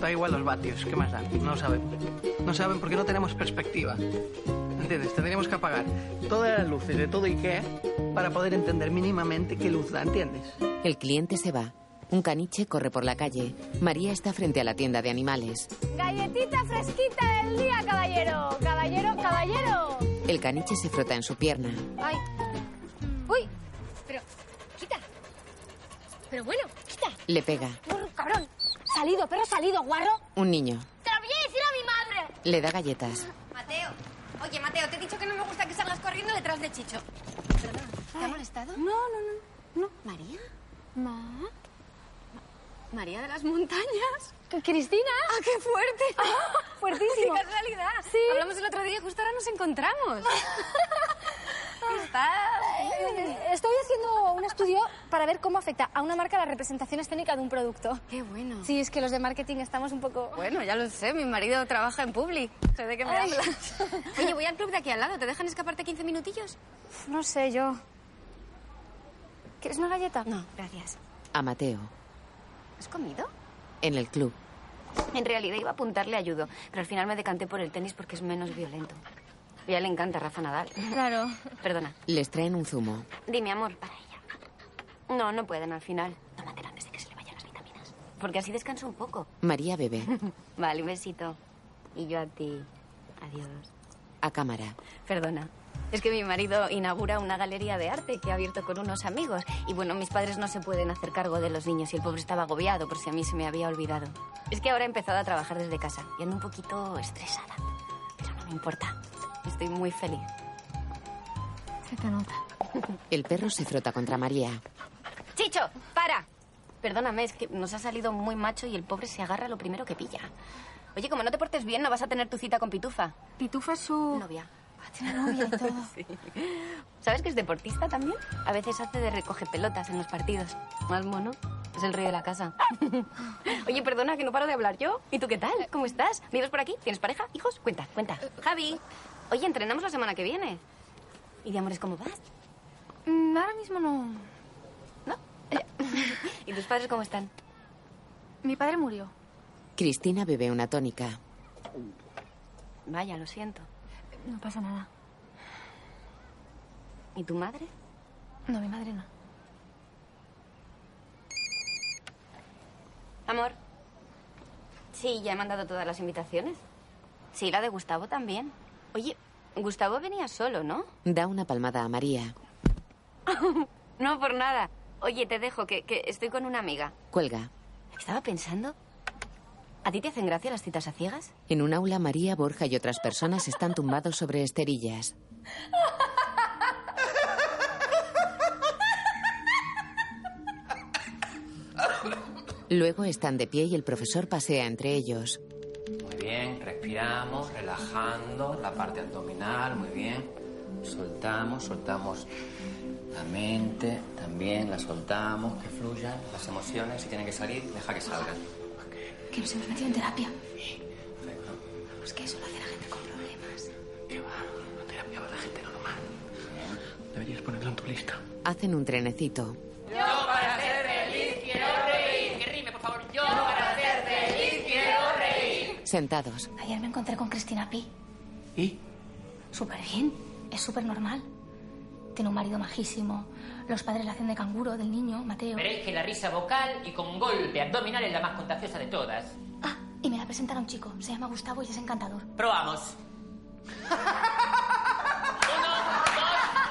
Speaker 4: Da igual los vatios, ¿qué más da? No saben. No saben porque no tenemos perspectiva. ¿Entiendes? Tendríamos que apagar todas las luces de todo Ikea para poder entender mínimamente qué luz da, ¿entiendes?
Speaker 2: El cliente se va. Un caniche corre por la calle. María está frente a la tienda de animales.
Speaker 12: Galletita fresquita del día, caballero. Caballero, caballero.
Speaker 2: El caniche se frota en su pierna.
Speaker 12: Ay. Uy. Pero, quita. Pero bueno, quita.
Speaker 2: Le pega.
Speaker 12: Burro, cabrón. Salido, perro salido, guarro.
Speaker 2: Un niño.
Speaker 12: Te lo voy a decir a mi madre.
Speaker 2: Le da galletas.
Speaker 5: Mateo. Oye, Mateo,
Speaker 20: te he dicho que no me gusta que salgas corriendo detrás de Chicho. Perdona, ¿te ha molestado?
Speaker 12: No, no, no. no.
Speaker 20: ¿María?
Speaker 12: Ma.
Speaker 20: ¿María de las montañas?
Speaker 12: ¿Que Cristina?
Speaker 20: ¡Ah, qué fuerte!
Speaker 12: fuertísimo.
Speaker 20: ¡Qué casualidad!
Speaker 12: Sí.
Speaker 20: Hablamos el otro día y justo ahora nos encontramos.
Speaker 12: Eh, Estoy haciendo un estudio para ver cómo afecta a una marca la representación escénica de un producto.
Speaker 20: Qué bueno.
Speaker 12: Sí, es que los de marketing estamos un poco...
Speaker 20: Bueno, ya lo sé, mi marido trabaja en Publi. Sé de qué me
Speaker 12: Ay.
Speaker 20: hablas. Oye, voy al club de aquí al lado. ¿Te dejan escaparte 15 minutillos?
Speaker 12: No sé, yo... ¿Quieres una galleta? No.
Speaker 20: Gracias.
Speaker 2: A Mateo.
Speaker 20: ¿Has comido?
Speaker 2: En el club.
Speaker 20: En realidad iba a apuntarle a judo, pero al final me decanté por el tenis porque es menos violento. Y a él le encanta Rafa Nadal. Claro. Perdona.
Speaker 2: Les traen un zumo.
Speaker 20: Dime, amor. Para ella. No, no pueden al final. Tómatelo antes de que se le vayan las vitaminas. Porque así descanso un poco.
Speaker 2: María bebe.
Speaker 20: Vale, un besito. Y yo a ti. Adiós.
Speaker 2: A cámara.
Speaker 20: Perdona. Es que mi marido inaugura una galería de arte que ha abierto con unos amigos. Y bueno, mis padres no se pueden hacer cargo de los niños y el pobre estaba agobiado por si a mí se me había olvidado. Es que ahora he empezado a trabajar desde casa y ando un poquito estresada. Pero no me importa. Estoy muy feliz.
Speaker 12: Se te nota.
Speaker 2: El perro se frota contra María.
Speaker 20: Chicho, para. Perdóname, es que nos ha salido muy macho y el pobre se agarra lo primero que pilla. Oye, como no te portes bien, no vas a tener tu cita con Pitufa.
Speaker 12: Pitufa es su...
Speaker 20: Novia.
Speaker 12: Tiene novia y todo.
Speaker 20: Sí. ¿Sabes que es deportista también? A veces hace de recoge pelotas en los partidos. Más mono. Es el rey de la casa. Oye, perdona, que no paro de hablar yo. ¿Y tú qué tal? ¿Cómo estás? ¿Vives por aquí? ¿Tienes pareja? ¿Hijos? Cuenta, cuenta. Javi. Oye, entrenamos la semana que viene. ¿Y de amores cómo vas?
Speaker 12: Mm, Ahora mismo no.
Speaker 20: ¿Y tus padres cómo están?
Speaker 12: Mi padre murió.
Speaker 2: Cristina bebe una tónica.
Speaker 20: Vaya, lo siento.
Speaker 12: No pasa nada.
Speaker 20: ¿Y tu madre?
Speaker 12: No, mi madre no.
Speaker 20: Amor. Sí, ya he mandado todas las invitaciones. Sí, la de Gustavo también. Oye, Gustavo venía solo, ¿no?
Speaker 2: Da una palmada a María.
Speaker 20: no, por nada. Oye, te dejo, que, que estoy con una amiga.
Speaker 2: Cuelga.
Speaker 20: Estaba pensando. ¿A ti te hacen gracia las citas a ciegas?
Speaker 2: En un aula, María, Borja y otras personas están tumbados sobre esterillas. Luego están de pie y el profesor pasea entre ellos.
Speaker 21: Muy bien, respiramos, relajando la parte abdominal, muy bien. Soltamos, soltamos la mente, también la soltamos, que fluyan las emociones, si tienen que salir, deja que salgan.
Speaker 20: Que nos hemos metido en terapia.
Speaker 21: Es que eso lo hace la gente con problemas. ¿Qué va? La terapia va la gente normal.
Speaker 4: Deberías ponerlo en tu lista.
Speaker 2: Hacen un trenecito.
Speaker 22: Yo para ser feliz quiero reír. Que rime, por favor. Yo para ser feliz quiero reír.
Speaker 2: Sentados.
Speaker 12: Ayer me encontré con Cristina Pi.
Speaker 4: ¿Y?
Speaker 12: Súper bien. Es súper normal. Tiene un marido majísimo. Los padres la hacen de canguro del niño, Mateo.
Speaker 21: ¿Eh?
Speaker 22: Veréis que la risa vocal y con golpe abdominal es la más contagiosa de todas.
Speaker 12: Y me la presentaron un chico. Se llama Gustavo y es encantador.
Speaker 22: Probamos. Uno, dos,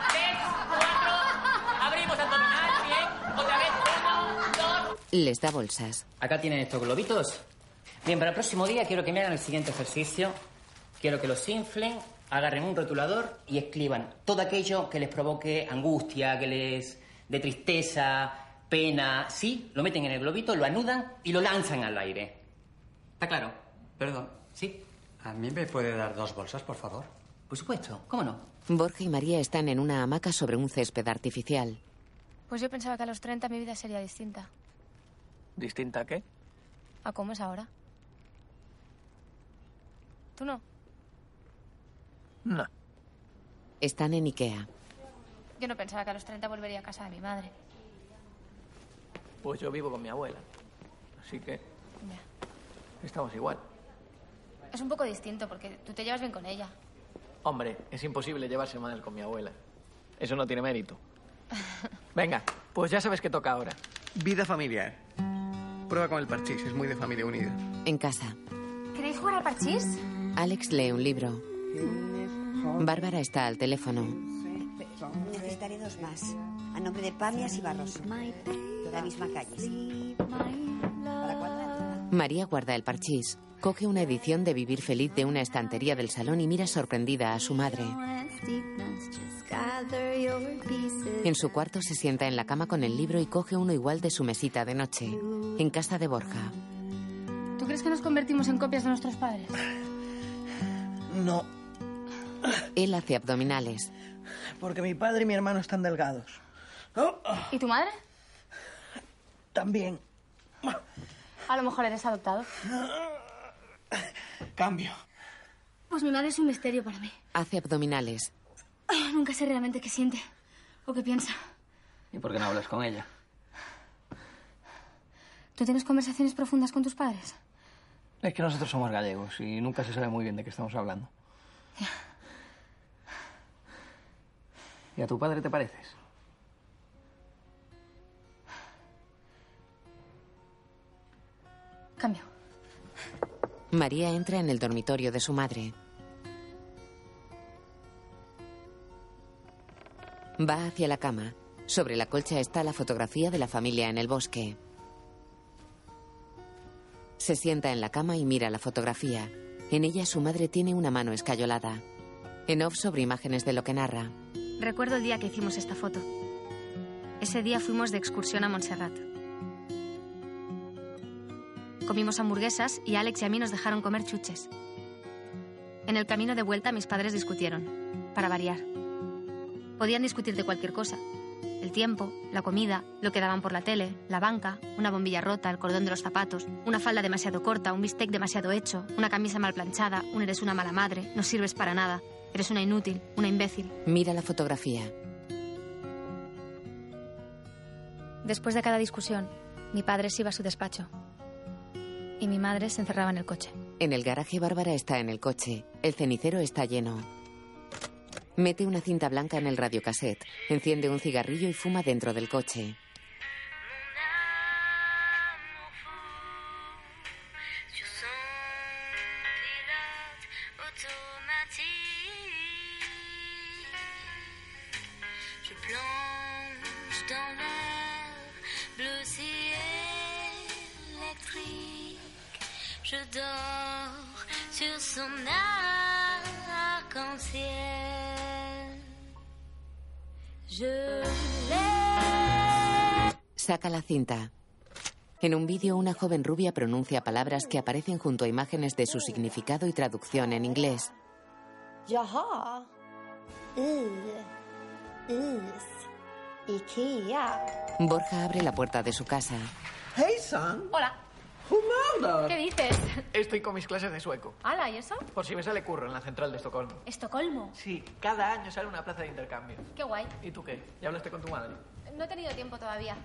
Speaker 22: tres, cuatro. Abrimos abdominal, bien. Otra vez, uno, dos.
Speaker 2: Les da bolsas.
Speaker 21: Acá tienen estos globitos. Bien, para el próximo día quiero que me hagan el siguiente ejercicio. Quiero que los inflen, agarren un rotulador y escriban todo aquello que les provoque angustia, que les dé tristeza, pena. Sí, lo meten en el globito, lo anudan y lo lanzan al aire. ¿Está claro? Perdón. ¿Sí?
Speaker 23: ¿A mí me puede dar dos bolsas, por favor?
Speaker 21: Por supuesto. ¿Cómo no?
Speaker 2: Borja y María están en una hamaca sobre un césped artificial.
Speaker 7: Pues yo pensaba que a los 30 mi vida sería distinta.
Speaker 4: ¿Distinta a qué?
Speaker 7: ¿A cómo es ahora? ¿Tú no?
Speaker 4: No.
Speaker 2: Están en Ikea.
Speaker 7: Yo no pensaba que a los 30 volvería a casa de mi madre.
Speaker 4: Pues yo vivo con mi abuela. Así que estamos igual.
Speaker 7: Es un poco distinto porque tú te llevas bien con ella.
Speaker 4: Hombre, es imposible llevarse mal con mi abuela. Eso no tiene mérito. Venga, pues ya sabes qué toca ahora. Vida familiar. Prueba con el parchís, es muy de familia unida.
Speaker 2: En casa,
Speaker 12: ¿Queréis jugar al parchís?
Speaker 2: Alex lee un libro. Bárbara está al teléfono.
Speaker 9: Necesitaré dos más. A nombre de Pamias y Barroso. De la misma calle. sí. ¿Para cuál?
Speaker 2: María guarda el parchís. Coge una edición de Vivir Feliz de una estantería del salón y mira sorprendida a su madre. En su cuarto se sienta en la cama con el libro y coge uno igual de su mesita de noche, en casa de Borja.
Speaker 7: ¿Tú crees que nos convertimos en copias de nuestros padres?
Speaker 4: No,
Speaker 2: Él hace abdominales.
Speaker 4: porque mi padre y mi hermano están delgados. Oh,
Speaker 7: ¿Y tu madre?
Speaker 4: También.
Speaker 7: A lo mejor eres adoptado.
Speaker 4: Cambio.
Speaker 7: Pues mi madre es un misterio para mí.
Speaker 2: Hace abdominales.
Speaker 7: Nunca sé realmente qué siente o qué piensa.
Speaker 21: ¿Y por qué no hablas con ella?
Speaker 7: ¿Tú tienes conversaciones profundas con tus padres?
Speaker 4: Es que nosotros somos gallegos y nunca se sabe muy bien de qué estamos hablando. ¿Y a tu padre te pareces?
Speaker 7: Cambio.
Speaker 2: María entra en el dormitorio de su madre. Va hacia la cama. Sobre la colcha está la fotografía de la familia en el bosque. Se sienta en la cama y mira la fotografía. En ella su madre tiene una mano escayolada. En off sobre imágenes de lo que narra.
Speaker 24: Recuerdo el día que hicimos esta foto. Ese día fuimos de excursión a Montserrat. Comimos hamburguesas y Alex y a mí nos dejaron comer chuches. En el camino de vuelta mis padres discutieron, para variar. Podían discutir de cualquier cosa. El tiempo, la comida, lo que daban por la tele, la banca, una bombilla rota, el cordón de los zapatos, una falda demasiado corta, un bistec demasiado hecho, una camisa mal planchada, un eres una mala madre, no sirves para nada, eres una inútil, una imbécil.
Speaker 2: Mira la fotografía.
Speaker 24: Después de cada discusión, mi padre se iba a su despacho y mi madre se encerraba en el coche.
Speaker 2: En el garaje Bárbara está en el coche. El cenicero está lleno. Mete una cinta blanca en el radiocassette. Enciende un cigarrillo y fuma dentro del coche.
Speaker 11: Je plonge dans l'air bleu ciel électrique. Je dors sur son arc-en-ciel. Je l'ai.
Speaker 2: Saca la cinta. En un vídeo, una joven rubia pronuncia palabras que aparecen junto a imágenes de su significado y traducción en inglés.
Speaker 11: Jaha. I. Is. Ikea.
Speaker 2: Borja abre la puerta de su casa.
Speaker 4: Hey, son.
Speaker 10: Hola. ¿Qué dices?
Speaker 4: Estoy con mis clases de sueco.
Speaker 10: ¿Hala, y eso?
Speaker 4: Por si me sale curro en la central de Estocolmo.
Speaker 10: ¿Estocolmo?
Speaker 4: Sí, cada año sale una plaza de intercambio.
Speaker 10: Qué guay.
Speaker 4: ¿Y tú qué? ¿Ya hablaste con tu madre?
Speaker 10: No he tenido tiempo todavía.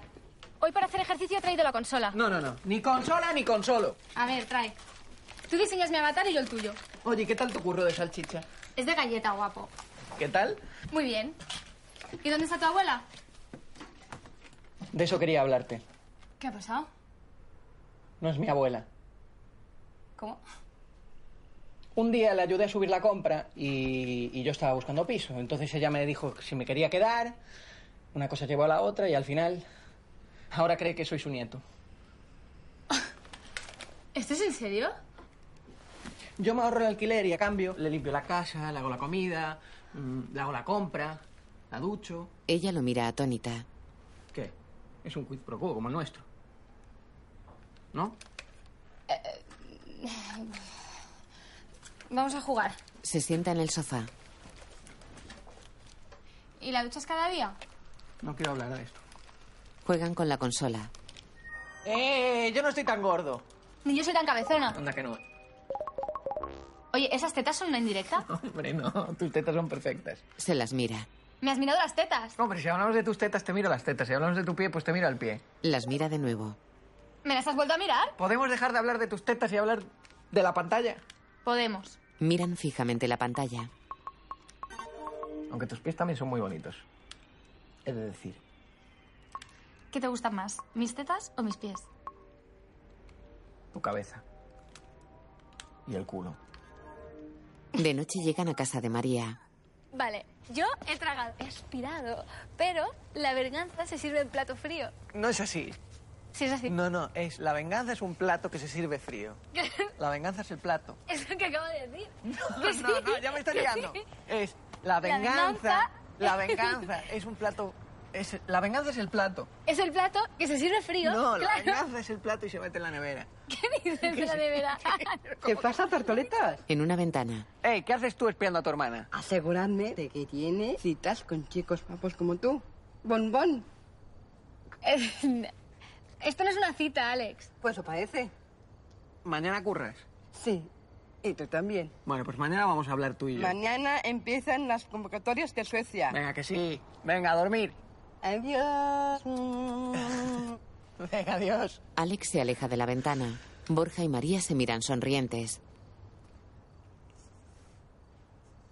Speaker 10: Hoy para hacer ejercicio he traído la consola.
Speaker 4: No, no, no. Ni consola ni consolo.
Speaker 10: A ver, trae. Tú diseñas mi avatar y yo el tuyo.
Speaker 4: Oye, ¿qué tal tu curro de salchicha?
Speaker 10: Es de galleta, guapo.
Speaker 4: ¿Qué tal?
Speaker 10: Muy bien. ¿Y dónde está tu abuela?
Speaker 4: De eso quería hablarte.
Speaker 10: ¿Qué ha pasado?
Speaker 4: No es mi abuela.
Speaker 10: ¿Cómo?
Speaker 4: Un día le ayudé a subir la compra y, y yo estaba buscando piso. Entonces ella me dijo que si me quería quedar. Una cosa llevó a la otra y al final. Ahora cree que soy su nieto.
Speaker 10: ¿Esto es en serio?
Speaker 4: Yo me ahorro el alquiler y a cambio le limpio la casa, le hago la comida, mm, le hago la compra, la ducho.
Speaker 2: Ella lo mira atónita.
Speaker 4: ¿Qué? Es un quiz pro quo como el nuestro. ¿No?
Speaker 10: Vamos a jugar.
Speaker 2: Se sienta en el sofá.
Speaker 10: ¿Y la duchas cada día?
Speaker 4: No quiero hablar de esto.
Speaker 2: Juegan con la consola.
Speaker 4: ¡Eh! Yo no estoy tan gordo.
Speaker 10: Ni yo soy tan cabezona.
Speaker 4: Anda que no.
Speaker 10: Oye, ¿esas tetas son una indirecta?
Speaker 4: Hombre, no. Tus tetas son perfectas.
Speaker 2: Se las mira.
Speaker 10: ¿Me has mirado las tetas?
Speaker 4: Hombre, si hablamos de tus tetas, te miro las tetas. Si hablamos de tu pie, pues te miro el pie.
Speaker 2: Las mira de nuevo.
Speaker 10: ¿Me las has vuelto a mirar?
Speaker 4: ¿Podemos dejar de hablar de tus tetas y hablar de la pantalla?
Speaker 10: Podemos.
Speaker 2: Miran fijamente la pantalla.
Speaker 4: Aunque tus pies también son muy bonitos. He de decir.
Speaker 10: ¿Qué te gustan más? ¿Mis tetas o mis pies?
Speaker 4: Tu cabeza. Y el culo.
Speaker 2: De noche llegan a casa de María.
Speaker 12: Vale, yo he tragado, he aspirado, pero la verganza se sirve en plato frío.
Speaker 4: No es así.
Speaker 7: Sí, es así.
Speaker 4: No, no, es la venganza es un plato que se sirve frío. La venganza es el plato.
Speaker 7: Es lo que acabo de decir.
Speaker 4: No, no, no, ya me está liando. Es la venganza. La venganza es un plato. Es, la venganza es el plato.
Speaker 7: Es el plato que se sirve frío.
Speaker 4: No, la
Speaker 7: claro.
Speaker 4: venganza es el plato y se mete en la nevera.
Speaker 7: ¿Qué dices de la nevera?
Speaker 8: er
Speaker 4: ¿Qué pasa, tartoletas?
Speaker 2: En una ventana.
Speaker 4: Ey, ¿qué haces tú espiando a tu hermana?
Speaker 8: Aseguradme de que tiene citas con chicos papos como tú. Bombón.
Speaker 7: Eh, Esto no es una cita, Alex.
Speaker 8: Pues lo parece.
Speaker 4: Mañana curras.
Speaker 8: Sí. Y tú también.
Speaker 4: Bueno, pues mañana vamos a hablar tú y yo.
Speaker 8: Mañana empiezan las convocatorias de Suecia.
Speaker 4: Venga, que sí. Venga, a dormir.
Speaker 8: Adiós.
Speaker 4: Venga, adiós.
Speaker 2: Alex se aleja de la ventana. Borja y María se miran sonrientes.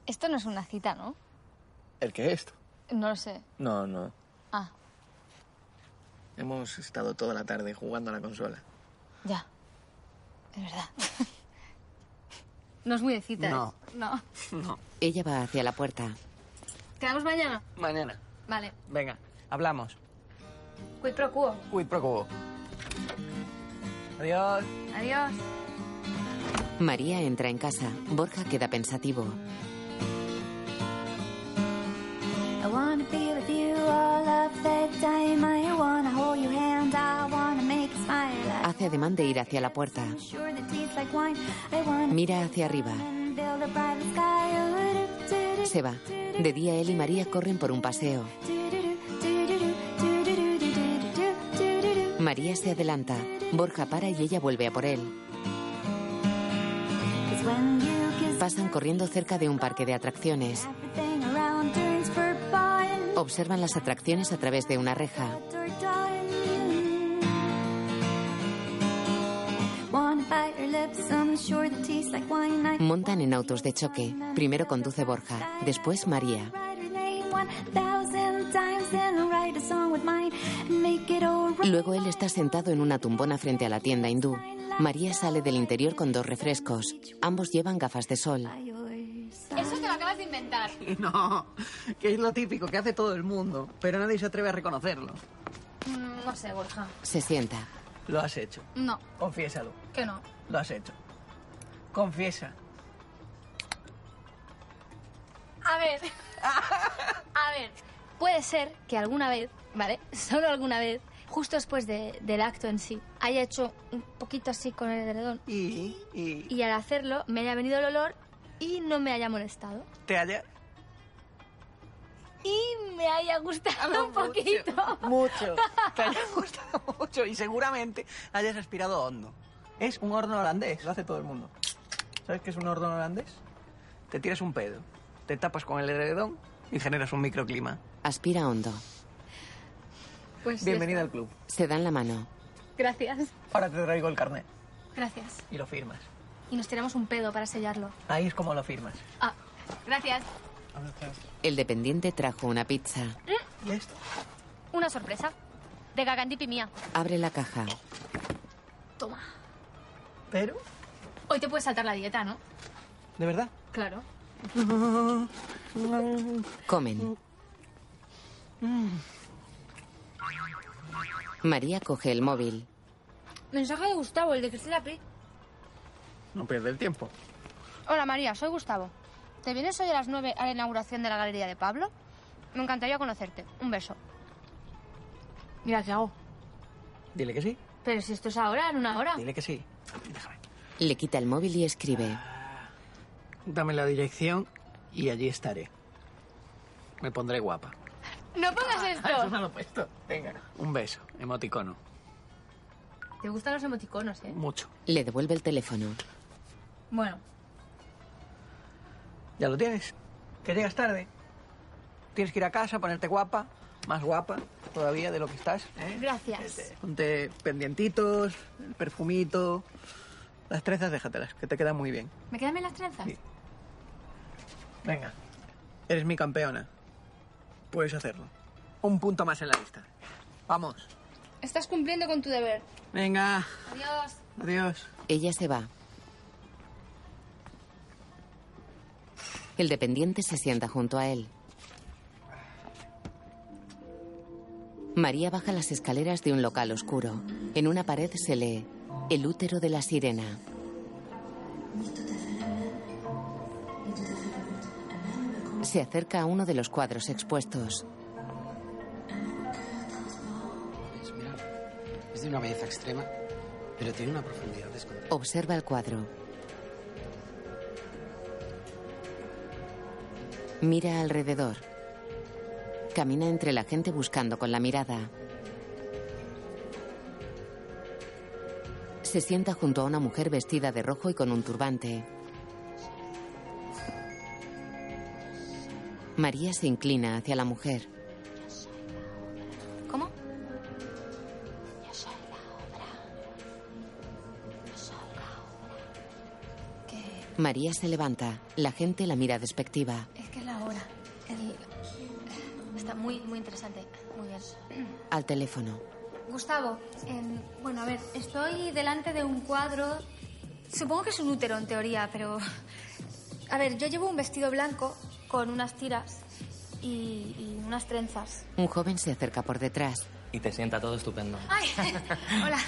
Speaker 7: Esto no es una cita, ¿no?
Speaker 4: ¿El qué esto?
Speaker 7: No lo sé.
Speaker 4: No, no.
Speaker 7: Ah,
Speaker 4: Hemos estado toda la tarde jugando a la consola.
Speaker 7: ya. Es verdad. No es muy de citas.
Speaker 4: No.
Speaker 7: No.
Speaker 4: No.
Speaker 2: Ella va hacia la puerta.
Speaker 7: ¿Quedamos mañana?
Speaker 4: Mañana.
Speaker 7: Vale.
Speaker 4: Venga, hablamos.
Speaker 7: Quid pro quo.
Speaker 4: Quid pro quo. Adiós.
Speaker 7: Adiós.
Speaker 2: María entra en casa. Borja queda pensativo.
Speaker 11: I wanna be with you all of the time. I wanna hold your hand. I wanna make you smile. I
Speaker 2: Hace ademán de ir hacia la puerta.
Speaker 11: sure that tastes like wine. I wanna
Speaker 2: Mira hacia arriba.
Speaker 11: build a brighter sky. Do-do-do-do,
Speaker 2: Se va. De día él y María corren por un paseo.
Speaker 11: do-do-do, do-do-do-do-do-do, do-do-do.
Speaker 2: María se adelanta. Borja para y ella vuelve a por él. Pasan corriendo cerca de un parque de atracciones.
Speaker 11: Everything around turns purple.
Speaker 2: Observan las atracciones a través de una reja.
Speaker 11: Wanna bite your lips, I'm sure that tastes like wine. I
Speaker 2: Montan en autos de choque. Primero conduce Borja, después María.
Speaker 11: write her name one thousand times, then I'll write a song with mine and make it all right.
Speaker 2: Luego él está sentado en una tumbona frente a la tienda hindú. María sale del interior con dos refrescos. Ambos llevan gafas de sol.
Speaker 7: Eso te lo acabas de inventar.
Speaker 4: No, que es lo típico que hace todo el mundo, pero nadie se atreve a reconocerlo.
Speaker 7: Mm, No sé, Borja.
Speaker 2: Se sienta.
Speaker 4: Lo has hecho.
Speaker 7: No,
Speaker 4: Confiésalo.
Speaker 7: que no.
Speaker 4: Lo has hecho. Confiesa.
Speaker 7: A ver. A ver. Puede ser que alguna vez, ¿vale? Solo alguna vez, justo después de- del acto en sí, haya hecho un poquito así con el edredón.
Speaker 4: Y, y
Speaker 7: Y al hacerlo, me haya venido el olor y no me haya molestado.
Speaker 4: te haya
Speaker 7: Y me haya gustado un poquito.
Speaker 4: mucho. Te haya gustado mucho y seguramente hayas respirado hondo. Es un horno holandés, lo hace todo el mundo. ¿Sabes qué es un horno holandés? Te tiras un pedo, te tapas con el edredón y generas un microclima.
Speaker 2: Aspira hondo.
Speaker 7: Pues ya
Speaker 4: Bienvenida al club.
Speaker 2: Se dan la mano.
Speaker 7: está. Gracias.
Speaker 4: Ahora te traigo el carnet
Speaker 7: Gracias.
Speaker 4: y lo firmas.
Speaker 7: Y nos tiramos un pedo para sellarlo.
Speaker 4: Ahí es como lo firmas.
Speaker 7: Ah, gracias.
Speaker 2: El dependiente trajo una pizza.
Speaker 4: ¿Y esto?
Speaker 10: Una sorpresa. De Gagandipi mía.
Speaker 2: Abre la caja.
Speaker 7: Toma.
Speaker 4: ¿Pero?
Speaker 7: Hoy te puedes saltar la dieta, ¿no?
Speaker 4: ¿De verdad?
Speaker 7: Claro.
Speaker 2: Comen. María coge el móvil.
Speaker 10: Mensaje de Gustavo, el de Cristina Pri.
Speaker 4: No pierde el tiempo.
Speaker 10: Hola María, soy Gustavo. ¿Te vienes hoy a las 9 a la inauguración de la Galería de Pablo? Me encantaría conocerte. Un beso. Mira, ¿qué hago?
Speaker 4: Dile que sí.
Speaker 10: Pero si esto es ahora, en una hora.
Speaker 4: Dile que sí.
Speaker 2: Le quita el móvil y escribe.
Speaker 4: Dame la dirección y allí estaré. Me pondré guapa.
Speaker 10: Ah, No pongas
Speaker 4: Eso
Speaker 10: esto.
Speaker 4: no lo he puesto. Venga. Un beso, emoticono.
Speaker 10: Te gustan los emoticonos, ¿eh?
Speaker 4: Mucho.
Speaker 2: Le devuelve el teléfono.
Speaker 10: Bueno,
Speaker 4: ¿Ya lo tienes? Que llegas tarde. Tienes que ir a casa, ponerte guapa, más guapa todavía de lo que estás. ¿eh?
Speaker 7: Gracias.
Speaker 4: Ponte pendientitos, perfumito. Las trenzas déjatelas, que te quedan muy bien.
Speaker 7: ¿Me quedan bien las trenzas?
Speaker 4: Sí. Venga. Eres mi campeona. Puedes hacerlo. Un punto más en la lista. Vamos.
Speaker 10: estás cumpliendo con tu deber.
Speaker 4: Venga.
Speaker 10: Adiós.
Speaker 4: Adiós.
Speaker 2: Ella se va. El dependiente se sienta junto a él. María baja las escaleras de un local oscuro. En una pared se lee El útero de la sirena. Se acerca a uno de los cuadros expuestos.
Speaker 25: Es, mira, es de una belleza extrema, pero tiene una profundidad desconocida.
Speaker 2: Observa el cuadro. Mira alrededor. Camina entre la gente buscando con la mirada. Se sienta junto a una mujer vestida de rojo y con un turbante. María se inclina hacia la mujer.
Speaker 26: ¿Cómo?
Speaker 2: María se levanta. La gente la mira despectiva.
Speaker 27: Es que es la hora. El- Está muy, muy interesante. Muy bien.
Speaker 2: Al teléfono.
Speaker 28: Gustavo, em, bueno, a ver, estoy delante de un cuadro. Supongo que es un útero en teoría, pero.
Speaker 27: A ver, yo llevo un vestido blanco con unas tiras y, y unas trenzas.
Speaker 2: Un joven se acerca por detrás.
Speaker 3: Y te sienta todo estupendo.
Speaker 27: ¡Ay! Hola.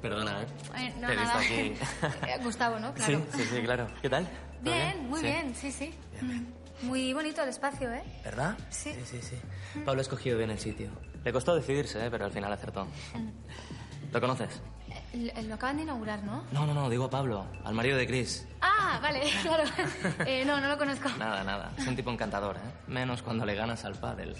Speaker 3: Perdona, ¿eh?
Speaker 27: Ay, no,
Speaker 3: te he visto
Speaker 27: nada.
Speaker 3: aquí.
Speaker 27: Eh, Gustavo, ¿no? Claro.
Speaker 3: Sí, sí, sí, claro. ¿Qué tal? ¿Todo
Speaker 28: Bien, muy
Speaker 3: Sí.
Speaker 28: bien, sí, sí.
Speaker 27: Mm,
Speaker 28: Muy bonito el espacio, ¿eh?
Speaker 3: ¿Verdad?
Speaker 28: Sí.
Speaker 3: Sí, sí, sí. Pablo ha escogido bien el sitio. Le costó decidirse, ¿eh? pero al final acertó.
Speaker 4: Mm.
Speaker 3: ¿Lo conoces?
Speaker 27: L- Lo acaban de inaugurar, ¿no?
Speaker 3: No, no, no, digo a Pablo, al marido de Chris.
Speaker 27: Ah, vale, claro. Eh, no, no lo conozco.
Speaker 3: Nada, nada. Es un tipo encantador, ¿eh? Menos cuando le ganas al pádel.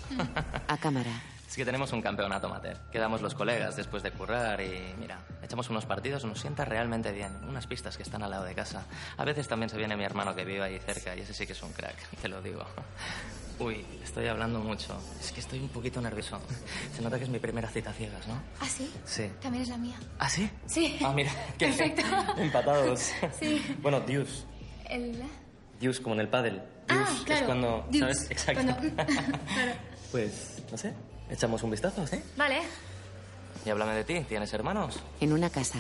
Speaker 2: A cámara.
Speaker 3: Es que tenemos un campeonato amateur. Quedamos los colegas después de currar y, mira, echamos unos partidos, nos sienta realmente bien. Unas pistas que están al lado de casa. A veces también se viene mi hermano que vive ahí cerca y ese sí que es un crack, te lo digo. Uy, estoy hablando mucho. Es que estoy un poquito nervioso. Se nota que es mi primera cita a ciegas, ¿no?
Speaker 27: ¿Ah, sí?
Speaker 3: Sí.
Speaker 27: También es la mía.
Speaker 3: ¿Ah, sí?
Speaker 27: Sí.
Speaker 3: Ah, mira, qué
Speaker 27: Perfecto.
Speaker 3: empatados.
Speaker 27: Sí.
Speaker 3: Bueno, Dios.
Speaker 27: El...
Speaker 3: Dios, como en el pádel.
Speaker 27: Ah,
Speaker 3: Dios
Speaker 27: claro.
Speaker 3: es cuando,
Speaker 27: Dios.
Speaker 3: ¿sabes? Exacto.
Speaker 27: Cuando-
Speaker 3: Pues, no sé, echamos un vistazo, ¿sí?
Speaker 27: Vale.
Speaker 3: Y háblame de ti, ¿tienes hermanos?
Speaker 2: En una casa.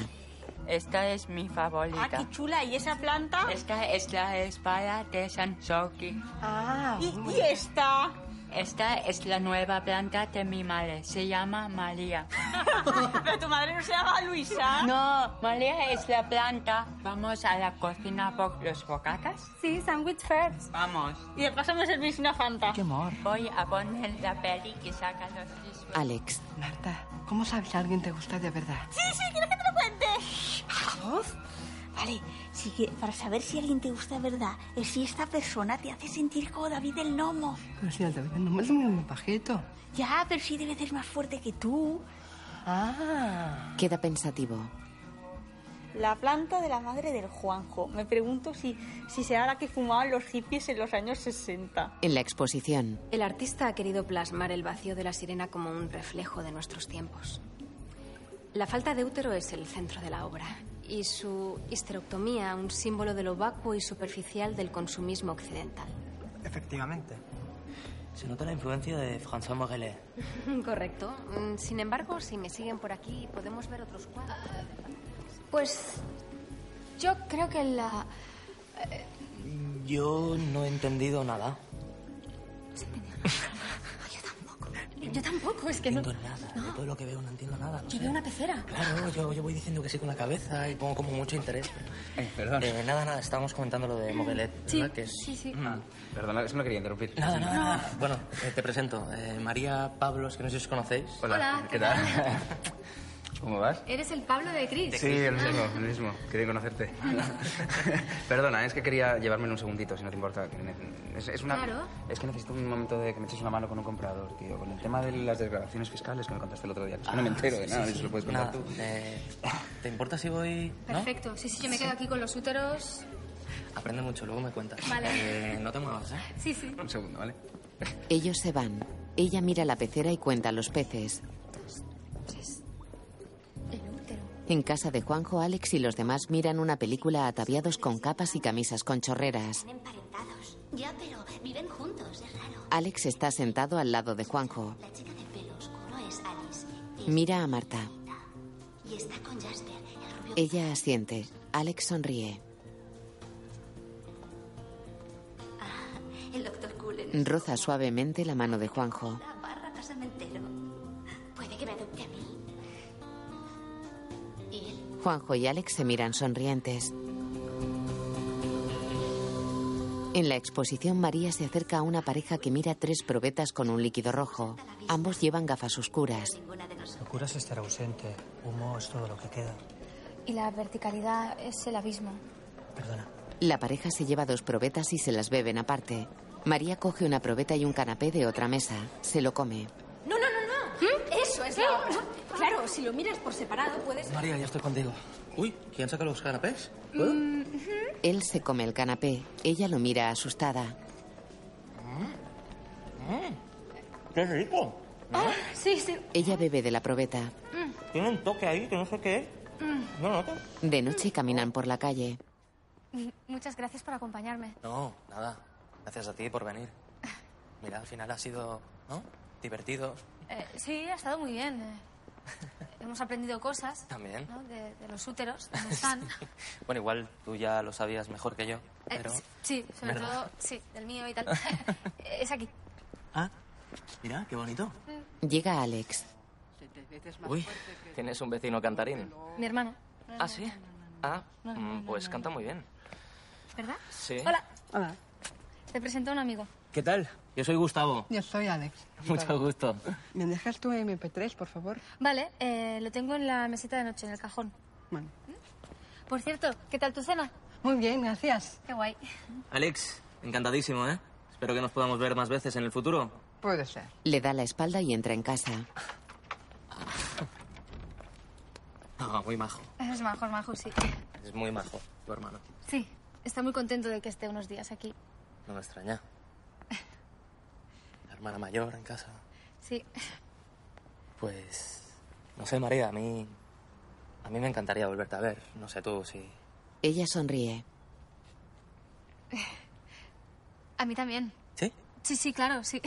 Speaker 29: Esta es mi favorita.
Speaker 19: Ah, qué chula. ¿Y esa planta?
Speaker 29: Esta es la espada de Sansoki.
Speaker 19: Ah, ¿Y,
Speaker 29: muy
Speaker 19: y
Speaker 29: bien.
Speaker 19: esta?
Speaker 29: Esta es la nueva planta de mi madre. Se llama María.
Speaker 19: Pero tu madre no se llama Luisa.
Speaker 29: No, María es la planta. Vamos a la cocina por los bocatas.
Speaker 19: Sí, sandwich first.
Speaker 29: Vamos.
Speaker 19: Y de paso me servís una fanta.
Speaker 29: Qué amor. Voy a poner la peli que saca los discos.
Speaker 2: Alex.
Speaker 8: Marta, ¿cómo sabes que alguien te gusta de verdad?
Speaker 19: Sí, sí, ¿quieres que te lo cuente? ¿Vamos? Vale, sí que para saber si alguien te gusta de verdad es si esta persona te hace sentir como David el Nomo.
Speaker 8: Pero si al David no me es muy bajito.
Speaker 19: Ya, pero sí debe ser más fuerte que tú. Ah.
Speaker 2: Queda pensativo.
Speaker 19: La planta de la madre del Juanjo. Me pregunto si, si será la que fumaban los hippies en los años 60.
Speaker 2: En la exposición.
Speaker 7: El artista ha querido plasmar el vacío de la sirena como un reflejo de nuestros tiempos. La falta de útero es el centro de la obra y su histerectomía un símbolo de lo vacuo y superficial del consumismo occidental.
Speaker 3: Efectivamente. Se nota la influencia de François Morelet.
Speaker 7: Correcto. Mm, Sin embargo, si me siguen por aquí, podemos ver otros cuadros.
Speaker 27: Pues yo creo que la...
Speaker 7: eh,
Speaker 3: Yo no he entendido nada.
Speaker 7: Yo tampoco, es que no...
Speaker 3: Nada, de todo lo que veo no entiendo nada. no
Speaker 7: Yo
Speaker 3: sé.
Speaker 7: veo una pecera.
Speaker 3: Claro, yo, yo voy diciendo que sí con la cabeza y pongo como mucho interés. Eh, perdón. nada, nada, estábamos comentando lo de Moguelet, ¿verdad? Que es-
Speaker 7: Sí, sí.
Speaker 3: Mm.
Speaker 4: Ah, Perdona, es que no quería interrumpir.
Speaker 3: Nada, nada, nada. Bueno, eh, te presento. eh, María Pablos, que no sé si os conocéis.
Speaker 4: Hola, Hola, ¿qué ¿qué tal? ¿Cómo vas?
Speaker 7: Eres el Pablo de Cris.
Speaker 4: Sí, el mismo, el mismo. Quería conocerte. Perdona, es que quería llevármelo un segundito, si no te importa. que ne- Es, es una,
Speaker 7: Claro.
Speaker 4: es que necesito un momento de que me eches una mano con un comprador, tío. Con el tema de las desgravaciones fiscales que me contaste el otro día. que es
Speaker 25: Ah,
Speaker 4: que no me entero de
Speaker 3: sí,
Speaker 4: nada,
Speaker 3: sí,
Speaker 4: eso
Speaker 3: sí.
Speaker 4: lo puedes contar
Speaker 3: Nada,
Speaker 4: tú.
Speaker 3: eh, ¿Te importa si voy...? ¿No?
Speaker 7: Perfecto. Sí, sí, yo me quedo aquí con los úteros.
Speaker 3: Aprende mucho, luego me cuentas.
Speaker 7: Vale.
Speaker 3: Eh, no te muevas, ¿eh?
Speaker 7: Sí, sí.
Speaker 4: Un segundo, ¿vale?
Speaker 2: Ellos se van. Ella mira la pecera y cuenta los peces. En casa de Juanjo, Alex y los demás miran una película ataviados con capas y camisas con chorreras.
Speaker 9: Emparentados. Ya, pero viven juntos, es raro.
Speaker 2: Alex está sentado al lado de Juanjo.
Speaker 9: La chica de pelo oscuro es Alice. Es-
Speaker 2: Mira a Marta.
Speaker 9: Y está con Jasper, el rubio.
Speaker 2: Ella asiente. Alex sonríe.
Speaker 9: Ah, el doctor Cullen.
Speaker 2: Roza suavemente la mano de Juanjo.
Speaker 9: La barra casamentero.
Speaker 27: quiere que me adopte a mí. Y él
Speaker 2: Juanjo y Alex se miran sonrientes. En la exposición, María se acerca a una pareja que mira tres probetas con un líquido rojo. Ambos llevan gafas oscuras.
Speaker 18: Procuras estar ausente. Humo es todo lo que queda.
Speaker 7: Y la verticalidad es el abismo.
Speaker 2: La pareja se lleva dos probetas y se las beben aparte. María coge una probeta y un canapé de otra mesa. Se lo come.
Speaker 19: No, no, no, no.
Speaker 7: ¿Eh?
Speaker 19: Eso es la obra. Claro, si lo miras por separado puedes...
Speaker 4: María, ya estoy contigo. Uy, ¿quién saca los canapés?
Speaker 7: Mm.
Speaker 2: Mm. Él se come el canapé. Ella lo mira asustada.
Speaker 4: Mm.
Speaker 3: ¡Qué rico!
Speaker 19: Ah, sí, sí.
Speaker 2: Ella bebe de la probeta.
Speaker 3: Tiene un toque ahí que no sé qué es.
Speaker 7: Mm,
Speaker 3: No lo noto.
Speaker 2: De noche caminan por la calle.
Speaker 7: mm. Muchas gracias por acompañarme.
Speaker 3: No, nada. Gracias a ti por venir. Mira, al final ha sido, ¿no? Divertido.
Speaker 7: Eh, sí, ha estado muy bien. eh. Hemos aprendido cosas.
Speaker 3: También.
Speaker 7: ¿no? De, de los úteros, dónde están.
Speaker 3: Bueno, igual tú ya lo sabías mejor que yo,
Speaker 7: Eh,
Speaker 3: pero...
Speaker 7: sí, sí, sobre
Speaker 3: ¿Verdad?
Speaker 7: todo, sí, del mío y tal. es aquí.
Speaker 3: Mira, qué bonito.
Speaker 2: Llega Alex.
Speaker 3: Uy, tienes un vecino cantarín.
Speaker 7: Mi hermana.
Speaker 3: ¿Ah, sí? Ah, mm, pues canta muy bien.
Speaker 7: ¿Verdad?
Speaker 3: Sí.
Speaker 7: Hola.
Speaker 8: Hola.
Speaker 7: Te presento a un amigo.
Speaker 3: ¿Qué tal? Yo soy Gustavo.
Speaker 8: Yo soy Alex.
Speaker 3: Mucho gusto.
Speaker 8: ¿Me dejas tu MP3, por favor?
Speaker 7: Vale, eh, lo tengo en la mesita de noche, en el cajón. ¿Mm?
Speaker 8: Bueno.
Speaker 7: Por cierto, ¿qué tal tu cena?
Speaker 8: Muy bien, gracias.
Speaker 7: Qué guay.
Speaker 3: Alex, encantadísimo, ¿eh? Espero que nos podamos ver más veces en el futuro.
Speaker 8: Puede ser.
Speaker 2: Le da la espalda y entra en casa.
Speaker 3: Ah, muy majo.
Speaker 7: Es majo, es majo, sí.
Speaker 3: Es muy majo, tu hermano.
Speaker 7: Sí, está muy contento de que esté unos días aquí.
Speaker 3: No me extraña. La hermana mayor en casa.
Speaker 7: Sí.
Speaker 3: Pues... No sé, María, a mí... A mí me encantaría volverte a ver. No sé tú si...
Speaker 2: Ella sonríe.
Speaker 7: A mí también.
Speaker 3: ¿Sí?
Speaker 7: Sí, sí, claro, sí.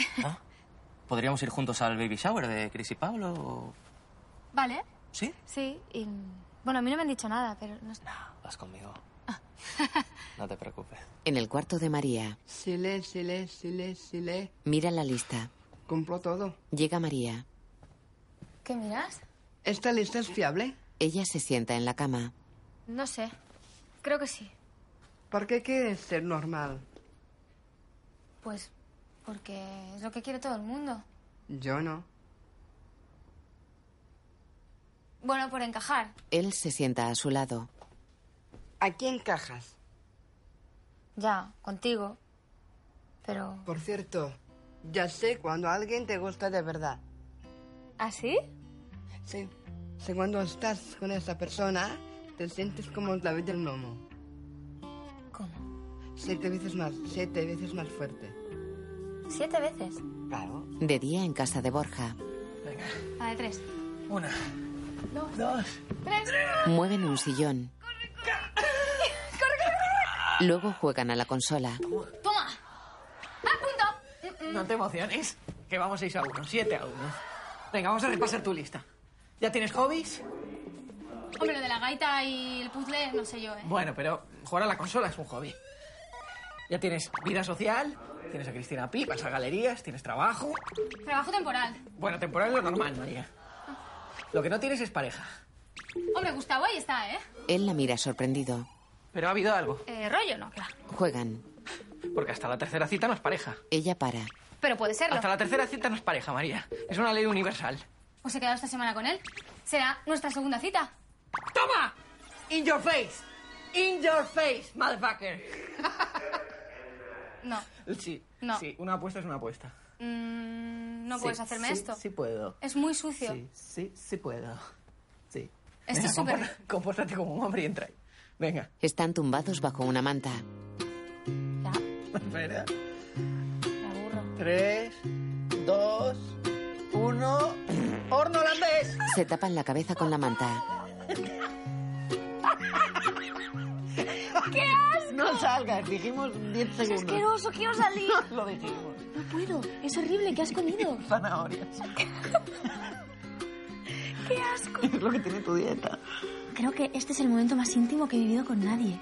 Speaker 3: ¿Podríamos ir juntos al baby shower de Chris y Pablo o
Speaker 7: ¿Vale?
Speaker 3: ¿Sí?
Speaker 7: Sí, y... mm, Bueno, a mí no me han dicho nada, pero... No...
Speaker 3: vas conmigo? No te preocupes.
Speaker 2: Ah. En el cuarto de María,
Speaker 8: Sile, sile, sile, sile.
Speaker 2: mira la lista.
Speaker 8: Cumplo todo.
Speaker 2: Llega María.
Speaker 7: ¿Qué miras?
Speaker 8: ¿Esta lista es fiable?
Speaker 2: Ella se sienta en la cama.
Speaker 7: No sé. Creo que sí.
Speaker 8: ¿Por qué quieres ser normal?
Speaker 7: Pues porque es lo que quiere todo el mundo.
Speaker 8: Yo no.
Speaker 7: Bueno, por encajar.
Speaker 2: Él se sienta a su lado.
Speaker 8: ¿A quién cajas?
Speaker 7: Ya, contigo. Pero...
Speaker 8: Por cierto, ya sé cuando alguien te gusta de verdad.
Speaker 7: ¿Así?
Speaker 8: Sí. Sé cuando estás con esa persona, te sientes como el David del Nomo.
Speaker 7: ¿Cómo?
Speaker 8: Siete veces más, siete veces más fuerte.
Speaker 7: Siete veces.
Speaker 8: Claro.
Speaker 2: De día en casa de Borja.
Speaker 7: La Ah, de tres.
Speaker 4: Una.
Speaker 7: Dos.
Speaker 4: Dos.
Speaker 7: Tres.
Speaker 2: Mueven un sillón.
Speaker 7: ¡Corre, corre,
Speaker 2: Luego juegan a la consola.
Speaker 7: corre! ¡Toma! ¡A punto! Mm, mm.
Speaker 4: No te emociones, que vamos 6 a 1, 7 a 1. Venga, vamos a repasar tu lista. ¿Ya tienes hobbies?
Speaker 7: Hombre, lo de la gaita y el puzzle, no sé yo, ¿eh?
Speaker 4: Bueno, pero jugar a la consola es un hobby. Ya tienes vida social, tienes a Cristina Pi, vas a galerías, tienes trabajo.
Speaker 7: Trabajo temporal.
Speaker 4: Bueno, temporal es lo normal, María. Lo que no tienes es pareja.
Speaker 7: Hombre, Gustavo ahí está, ¿eh?
Speaker 2: Él la mira sorprendido.
Speaker 4: Pero ha habido algo,
Speaker 7: Eh, rollo, no, claro.
Speaker 2: Juegan.
Speaker 4: porque hasta la tercera cita no es pareja.
Speaker 2: Ella para.
Speaker 7: Pero puede serlo.
Speaker 4: Hasta la tercera cita no es pareja, María. Es una ley universal.
Speaker 7: ¿Os he quedado esta semana con él? Será nuestra segunda cita.
Speaker 4: ¡Toma! In your face. In your face, motherfucker.
Speaker 7: No.
Speaker 4: Sí,
Speaker 7: No.
Speaker 4: sí, una apuesta es una apuesta.
Speaker 7: Mm, no
Speaker 4: Sí,
Speaker 7: puedes hacerme
Speaker 4: sí,
Speaker 7: esto.
Speaker 4: Sí puedo.
Speaker 7: Es muy sucio.
Speaker 4: Sí, sí, sí puedo. Sí.
Speaker 7: Esto es súper-
Speaker 4: compórtate- Compórtate como un hombre y entra ahí. Venga.
Speaker 2: Están tumbados bajo una manta.
Speaker 4: Espera. Tres, dos, uno. ¡Horno holandés!
Speaker 2: Se tapan la cabeza con la manta.
Speaker 4: ¡Qué asco! No salgas, dijimos 10 segundos.
Speaker 30: Es asqueroso, quiero salir.
Speaker 4: Lo dijimos.
Speaker 30: No puedo, es horrible, ¿qué has comido?
Speaker 4: Zanahorias.
Speaker 30: ¡Qué asco!
Speaker 4: Es lo que tiene tu dieta.
Speaker 30: Creo que este es el momento más íntimo que he vivido con nadie.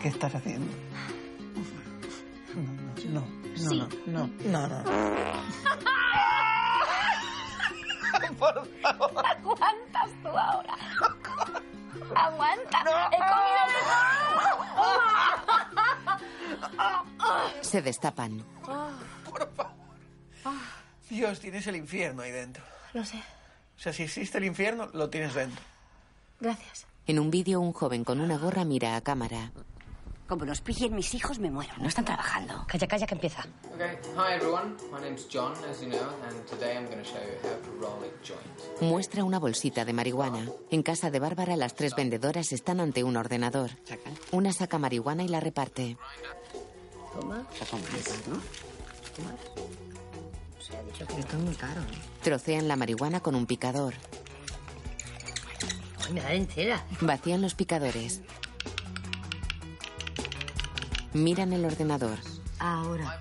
Speaker 4: ¿Qué estás haciendo? No, no, no. No,
Speaker 12: sí.
Speaker 4: no, no, no,
Speaker 12: Por favor. Aguantas tú ahora. Aguanta. He comido
Speaker 2: Se destapan.
Speaker 4: Dios, tienes el infierno ahí dentro.
Speaker 7: Lo sé.
Speaker 4: O sea, si existe el infierno, lo tienes dentro.
Speaker 7: Gracias.
Speaker 2: En un vídeo, un joven con una gorra mira a cámara.
Speaker 1: Como nos pillen mis hijos, me muero. No están trabajando. Calla, calla, que empieza.
Speaker 5: Okay, hi everyone. My name's John, as you know, and today I'm going to show you how to roll a joint.
Speaker 2: Muestra una bolsita de marihuana. En casa de Bárbara, las tres vendedoras están ante un ordenador. Una saca marihuana y la reparte.
Speaker 9: Toma. Saca más, ¿no? Toma. Pero esto es muy caro. ¿eh?
Speaker 2: Trocean la marihuana con un picador.
Speaker 9: Ay, me da de entera.
Speaker 2: Vacían los picadores. Miran el ordenador.
Speaker 9: Ahora.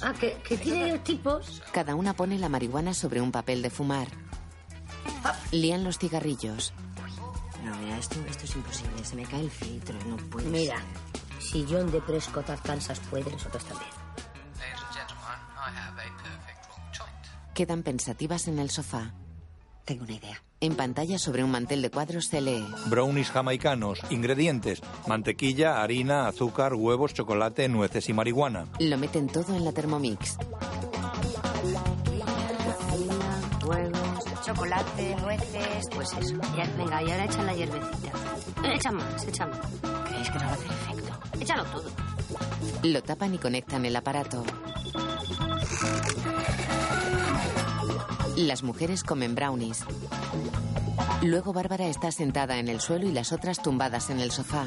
Speaker 9: Ah, que, que tiene dos tipos.
Speaker 2: Cada una pone la marihuana sobre un papel de fumar. Lían los cigarrillos.
Speaker 9: No, mira, esto, esto es imposible. Se me cae el filtro. No puede Mira, si John de Prescott, Arkansas puede, nosotros también.
Speaker 5: Ladies and gentlemen, I have a perfect roll joint.
Speaker 2: Quedan pensativas en el sofá.
Speaker 9: Tengo una idea.
Speaker 2: En pantalla sobre un mantel de cuadros E. se lee.
Speaker 13: Brownies jamaicanos. Ingredientes. Mantequilla, harina, azúcar, huevos, chocolate, nueces y marihuana.
Speaker 2: Lo meten todo en la Thermomix.
Speaker 9: Huevos, chocolate, nueces, pues eso. Ya, venga, y ahora echa la hierbecita. Eh, Echa más, echa más. ¿Crees que no va a hacer efecto? Échalo todo.
Speaker 2: Lo tapan y conectan el aparato. Las mujeres comen brownies. Luego Bárbara está sentada en el suelo y las otras tumbadas en el sofá.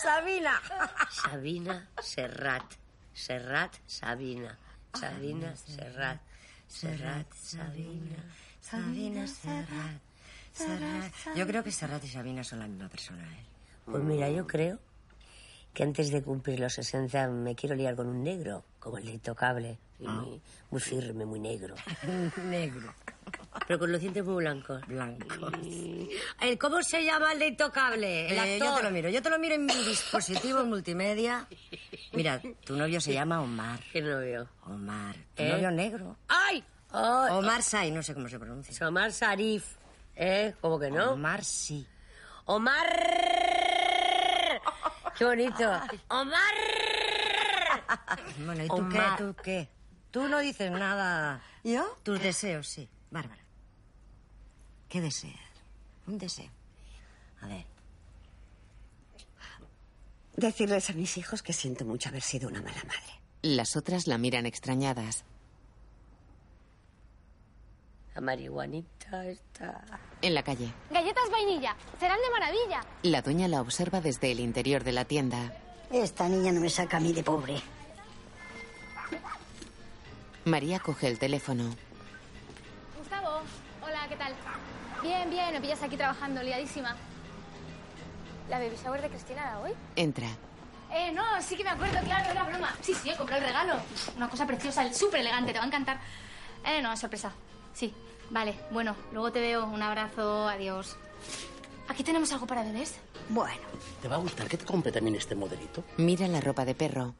Speaker 9: Sabina. Sabina Serrat. Serrat Sabina. Sabina Ah, Serrat. Serrat Sabina. Sabina Serrat. Serrat. Ah, Yo creo que Serrat y Sabina son la misma persona. ¿eh? Pues mira, yo creo que antes de cumplir los 60 me quiero liar con un negro, como el de Intocable. y Muy, muy firme, muy negro. negro. Pero con los dientes muy blancos. Blancos. El, ¿Cómo se llama el de Intocable? El
Speaker 1: Eh, yo
Speaker 9: actor.
Speaker 1: te lo
Speaker 9: miro, yo te lo miro en mi dispositivo multimedia. Mira, tu novio se llama Omar. ¿Qué novio? Omar. Tu
Speaker 1: ¿Eh?
Speaker 9: novio negro.
Speaker 1: ¡Ay! Ay.
Speaker 9: Omar Sai, no sé cómo se pronuncia. Omar Sarif. ¿Eh? ¿Cómo que no? Omar sí.
Speaker 1: Omar.
Speaker 9: Qué bonito.
Speaker 1: Omar.
Speaker 9: Bueno, ¿y tú
Speaker 1: Omar.
Speaker 9: qué? ¿Tú qué? Tú no dices nada. ¿Yo? Tus deseos, sí. Bárbara. ¿Qué deseas? Un deseo. A ver.
Speaker 1: Decirles a mis hijos que siento mucho haber sido una mala madre.
Speaker 2: Las otras la miran extrañadas.
Speaker 9: La marihuanita está.
Speaker 2: En la calle,
Speaker 12: Galletas vainilla. Serán de maravilla.
Speaker 2: la dueña la observa desde el interior de la tienda.
Speaker 1: Esta niña no me saca a mí de pobre.
Speaker 2: María coge el teléfono.
Speaker 12: Gustavo, hola, ¿qué tal? Bien, bien, me pillas aquí trabajando, liadísima. ¿La baby shower de Cristina era hoy?
Speaker 2: Entra.
Speaker 12: Eh, no, sí que me acuerdo, claro, era broma. Sí, sí, he comprado el regalo. Una cosa preciosa, súper elegante, te va a encantar. Eh, no, es sorpresa. Sí, vale, bueno, luego te veo. Un abrazo, adiós. ¿Aquí tenemos algo para bebés?
Speaker 1: Bueno.
Speaker 13: ¿Te va a gustar que te compre también este modelito?
Speaker 2: Mira la ropa de perro.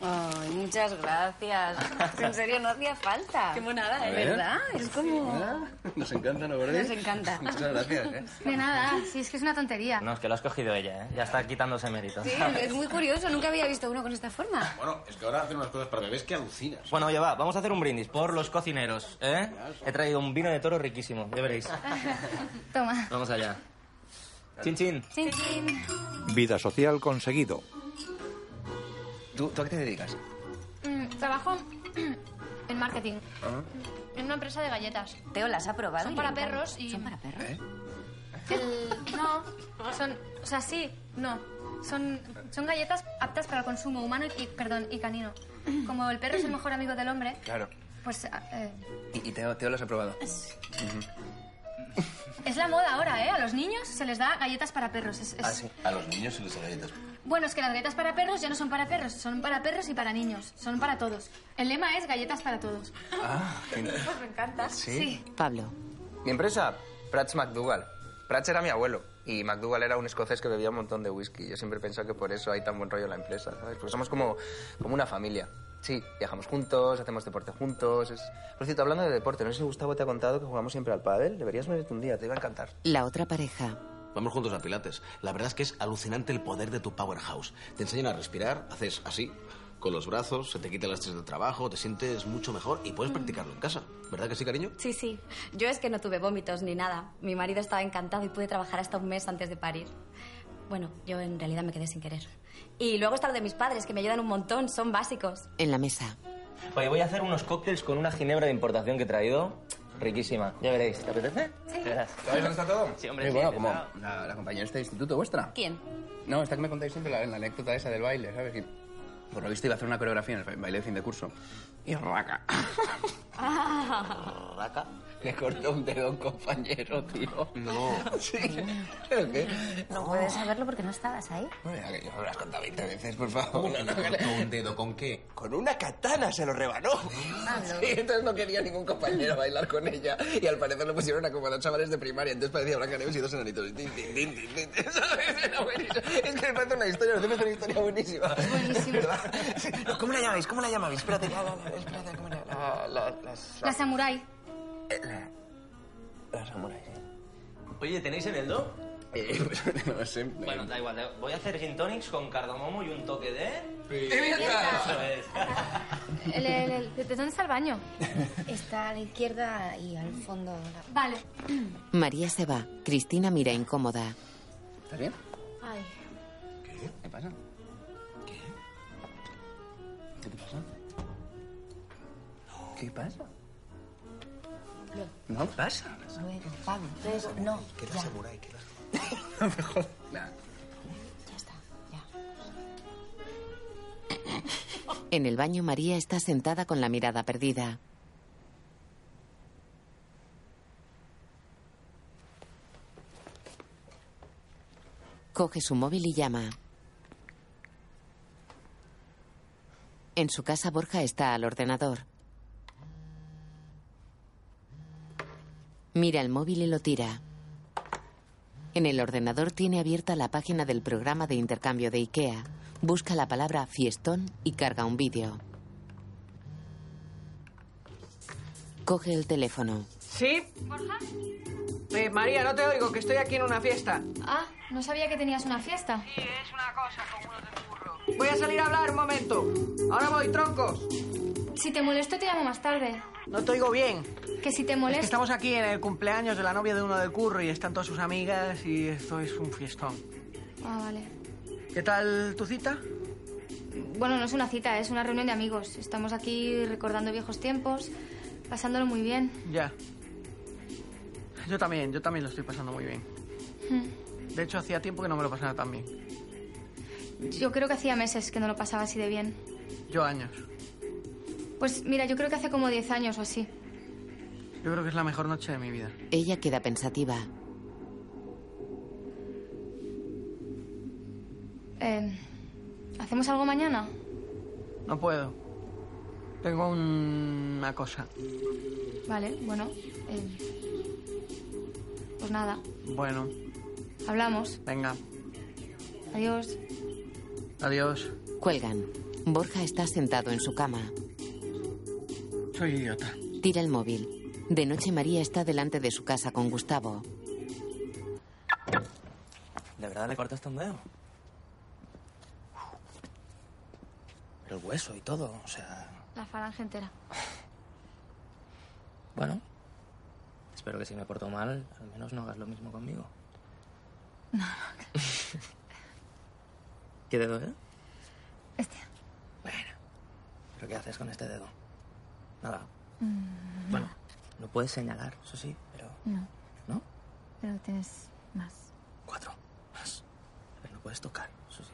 Speaker 31: Ay, muchas gracias. En serio, no hacía falta. Qué monada,
Speaker 13: ¿eh? A ver.
Speaker 31: ¿Verdad? Es como...
Speaker 3: Nos encanta, ¿no,
Speaker 31: Gordi? Nos encanta.
Speaker 3: Muchas gracias, ¿eh?
Speaker 7: De nada, sí, es que es una tontería.
Speaker 3: No, es que lo has cogido ella, ¿eh? Ya está quitándose mérito.
Speaker 31: Sí, es muy curioso. Nunca había visto uno con esta forma.
Speaker 3: Bueno, es que ahora hacen unas cosas para bebés que alucinas. Bueno, ya va, vamos a hacer un brindis por los cocineros, ¿eh? He traído un vino de toro riquísimo, ya veréis.
Speaker 7: Toma.
Speaker 3: Vamos allá. Chin, chin.
Speaker 7: Chin, chin.
Speaker 13: Vida social conseguido.
Speaker 32: ¿Tú, tú a qué te dedicas?
Speaker 7: Mm, trabajo en marketing,
Speaker 4: Ah.
Speaker 7: en una empresa de galletas.
Speaker 31: Teo las ha probado.
Speaker 7: Son
Speaker 31: y
Speaker 7: para
Speaker 31: le encanta.
Speaker 7: perros y...
Speaker 31: Son para perros.
Speaker 4: ¿Eh?
Speaker 7: El- No, son... O sea, sí, no. Son, son galletas aptas para el consumo humano y, perdón, y canino. Como el perro es el mejor amigo del hombre,
Speaker 32: Claro.
Speaker 7: pues a- eh,
Speaker 32: Y, y Teo, Teo las ha probado.
Speaker 7: es la moda ahora, ¿eh? A los niños se les da galletas para perros. Es- es-
Speaker 32: Ah, A los niños se les da galletas.
Speaker 7: Bueno, es que las galletas para perros ya no son para perros, son para perros y para niños, son para todos. El lema es galletas para todos.
Speaker 32: Ah, qué-
Speaker 7: Pues me encanta.
Speaker 32: ¿Sí?
Speaker 2: Pablo.
Speaker 32: Mi empresa, Prats McDougall. Prats era mi abuelo.
Speaker 4: Y McDougall era un escocés que bebía un montón de whisky. Yo siempre he pensado que por eso hay tan buen rollo en la empresa, ¿sabes? Porque somos como, como una familia. Sí, viajamos juntos, hacemos deporte juntos. Es... Por cierto, hablando de deporte, no sé si Gustavo te ha contado que jugamos siempre al pádel. Deberías venirte un día, te iba a encantar.
Speaker 2: La otra pareja.
Speaker 33: Vamos juntos a Pilates. La verdad es que es alucinante el poder de tu powerhouse. Te enseñan a respirar, haces así, con los brazos, se te quita el estrés del trabajo, te sientes mucho mejor y puedes practicarlo en casa. ¿Verdad que sí, cariño?
Speaker 20: Sí, sí. Yo es que no tuve vómitos ni nada. Mi marido estaba encantado y pude trabajar hasta un mes antes de parir. Bueno, yo en realidad me quedé sin querer. Y luego está lo de mis padres, que me ayudan un montón, son básicos.
Speaker 2: En la mesa.
Speaker 3: Oye, voy a hacer unos cócteles con una ginebra de importación que he traído. Riquísima. Ya veréis. ¿Te apetece? Sí.
Speaker 4: ¿Sabéis dónde está todo?
Speaker 3: Sí, hombre.
Speaker 4: Eh,
Speaker 3: sí,
Speaker 4: bueno,
Speaker 3: está-
Speaker 4: como la, la compañera está de este instituto vuestra.
Speaker 20: ¿Quién?
Speaker 4: No, esta que me contáis siempre, la, la anécdota esa del baile, ¿sabes? Que, por lo visto iba a hacer una coreografía en el ba- baile de fin de curso. Y raca. ¿Raca? Le cortó un dedo a un compañero, tío. No. Sí. ¿Pero qué?
Speaker 20: No puedes saberlo porque no estabas ahí.
Speaker 4: Mira, que yo me lo has contado 20 veces, por favor.
Speaker 33: ¿Un dedo con qué?
Speaker 4: Con una katana se lo rebanó. Sí, entonces no quería ningún compañero bailar con ella. Y al parecer lo pusieron a como a dos chavales de primaria. Entonces parecía Blanca Neves y dos enanitos. Tin, tin, tin, tin, tin, tin. ¿Sabes? Era buenísimo. Es que me parece una historia, me parece una historia buenísima. ¿Verdad? Sí. No, ¿Cómo la llamáis? ¿Cómo la llamabais? Espérate, la, la, la, espérate, ¿cómo era? La, Ah, la, las-
Speaker 7: La samurái.
Speaker 4: eh, la- la samurai, sí.
Speaker 3: Oye, ¿tenéis eneldo?
Speaker 4: Eh, pues, no sé.
Speaker 3: Bueno, da igual. da- Voy a hacer gin tonics con cardamomo y un toque de...
Speaker 7: ¡Pimienta!
Speaker 3: Eso es.
Speaker 7: El- el- el- ¿De dónde está el baño?
Speaker 20: Está a la izquierda y al fondo.
Speaker 7: Vale.
Speaker 2: María se va. Cristina mira incómoda.
Speaker 4: ¿Estás bien?
Speaker 7: Ay.
Speaker 4: ¿Qué pasa? ¿Qué? ¿Qué te pasa? ¿Qué pasa? No. ¿No pasa?
Speaker 20: Luego, vamos. Luego, no.
Speaker 4: ¿Qué la samurai? ¿Qué la
Speaker 2: En el baño María está sentada con la mirada perdida. Coge su móvil y llama. En su casa Borja está al ordenador. Mira el móvil y lo tira. En el ordenador tiene abierta la página del programa de intercambio de IKEA. Busca la palabra fiestón y carga un vídeo. Coge el teléfono.
Speaker 34: ¿Sí? Eh, María, no te oigo, que estoy aquí en una fiesta.
Speaker 7: Ah, no sabía que tenías una fiesta.
Speaker 34: Voy a salir a hablar un momento. Ahora voy, troncos.
Speaker 7: Si te molesto, te llamo más tarde.
Speaker 34: No te oigo bien.
Speaker 7: Que si te
Speaker 34: Es que
Speaker 7: molesto.
Speaker 34: estamos aquí en el cumpleaños de la novia de uno del curro y están todas sus amigas y esto es un fiestón.
Speaker 7: Ah, vale.
Speaker 34: ¿Qué tal tu cita?
Speaker 7: Bueno, no es una cita, es una reunión de amigos. Estamos aquí recordando viejos tiempos, pasándolo muy bien.
Speaker 34: Ya. Yo también, yo también lo estoy pasando muy bien. De hecho, hacía tiempo que no me lo pasaba tan bien.
Speaker 7: Yo creo que hacía meses que no lo pasaba así de bien.
Speaker 34: Yo años.
Speaker 7: Pues mira, yo creo que hace como 10 años o así.
Speaker 34: Yo creo que es la mejor noche de mi vida.
Speaker 2: Ella queda pensativa.
Speaker 7: Eh, ¿Hacemos algo mañana?
Speaker 34: No puedo. Tengo un- una cosa.
Speaker 7: Vale, bueno. eh, pues nada,
Speaker 34: Bueno,
Speaker 7: hablamos.
Speaker 34: venga.
Speaker 7: Adiós.
Speaker 34: Adiós.
Speaker 2: Cuelgan. Borja está sentado en su cama.
Speaker 34: Soy idiota.
Speaker 2: Tira el móvil. De noche María está delante de su casa con Gustavo.
Speaker 3: ¿De verdad le cortaste un dedo? Pero el hueso y todo, o sea...
Speaker 7: La falange entera.
Speaker 3: Bueno, espero que si me porto mal, al menos no hagas lo mismo conmigo. ¿Qué dedo era? Este. Bueno, ¿pero qué haces con este dedo? Nada. Bueno, lo puedes señalar, eso sí, pero
Speaker 5: Mm, No.
Speaker 3: ¿No?
Speaker 5: Pero tienes más.
Speaker 3: cuatro más. Pero no puedes tocar, eso sí.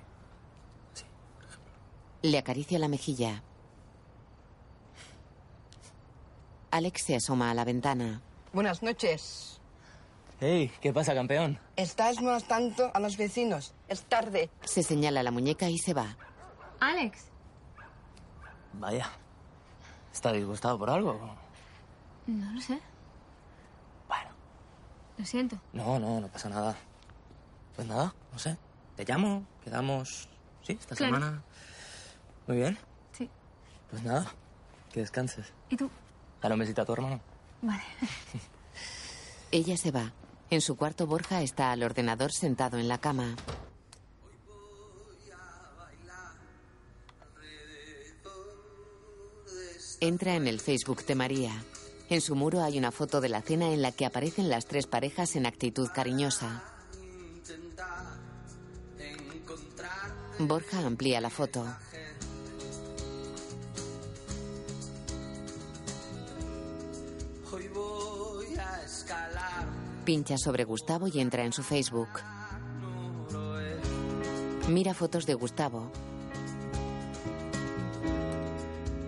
Speaker 2: Le acaricia la mejilla. Alex se asoma a la ventana.
Speaker 8: Buenas noches.
Speaker 3: ¡Ey! ¿Qué pasa, campeón?
Speaker 8: Estás más tanto a los vecinos. Es tarde.
Speaker 2: Se señala la muñeca y se va.
Speaker 7: Alex.
Speaker 3: Vaya. ¿Está disgustado por algo?
Speaker 7: No lo sé. Bueno. Lo siento.
Speaker 3: No, no, no pasa nada. Pues nada, no sé. Te llamo, quedamos. ¿Sí? Esta
Speaker 7: Claro.
Speaker 3: semana. Muy bien.
Speaker 7: Sí.
Speaker 3: Pues nada, que descanses.
Speaker 7: ¿Y tú?
Speaker 3: Dale un besito a tu hermano.
Speaker 7: Vale.
Speaker 2: Ella se va. En su cuarto, Borja está al ordenador sentado en la cama. Entra en el Facebook de María. En su muro hay una foto de la cena en la que aparecen las tres parejas en actitud cariñosa. Borja amplía la foto.
Speaker 29: Hoy voy a escalar
Speaker 2: Pincha sobre Gustavo y entra en su Facebook. Mira fotos de Gustavo.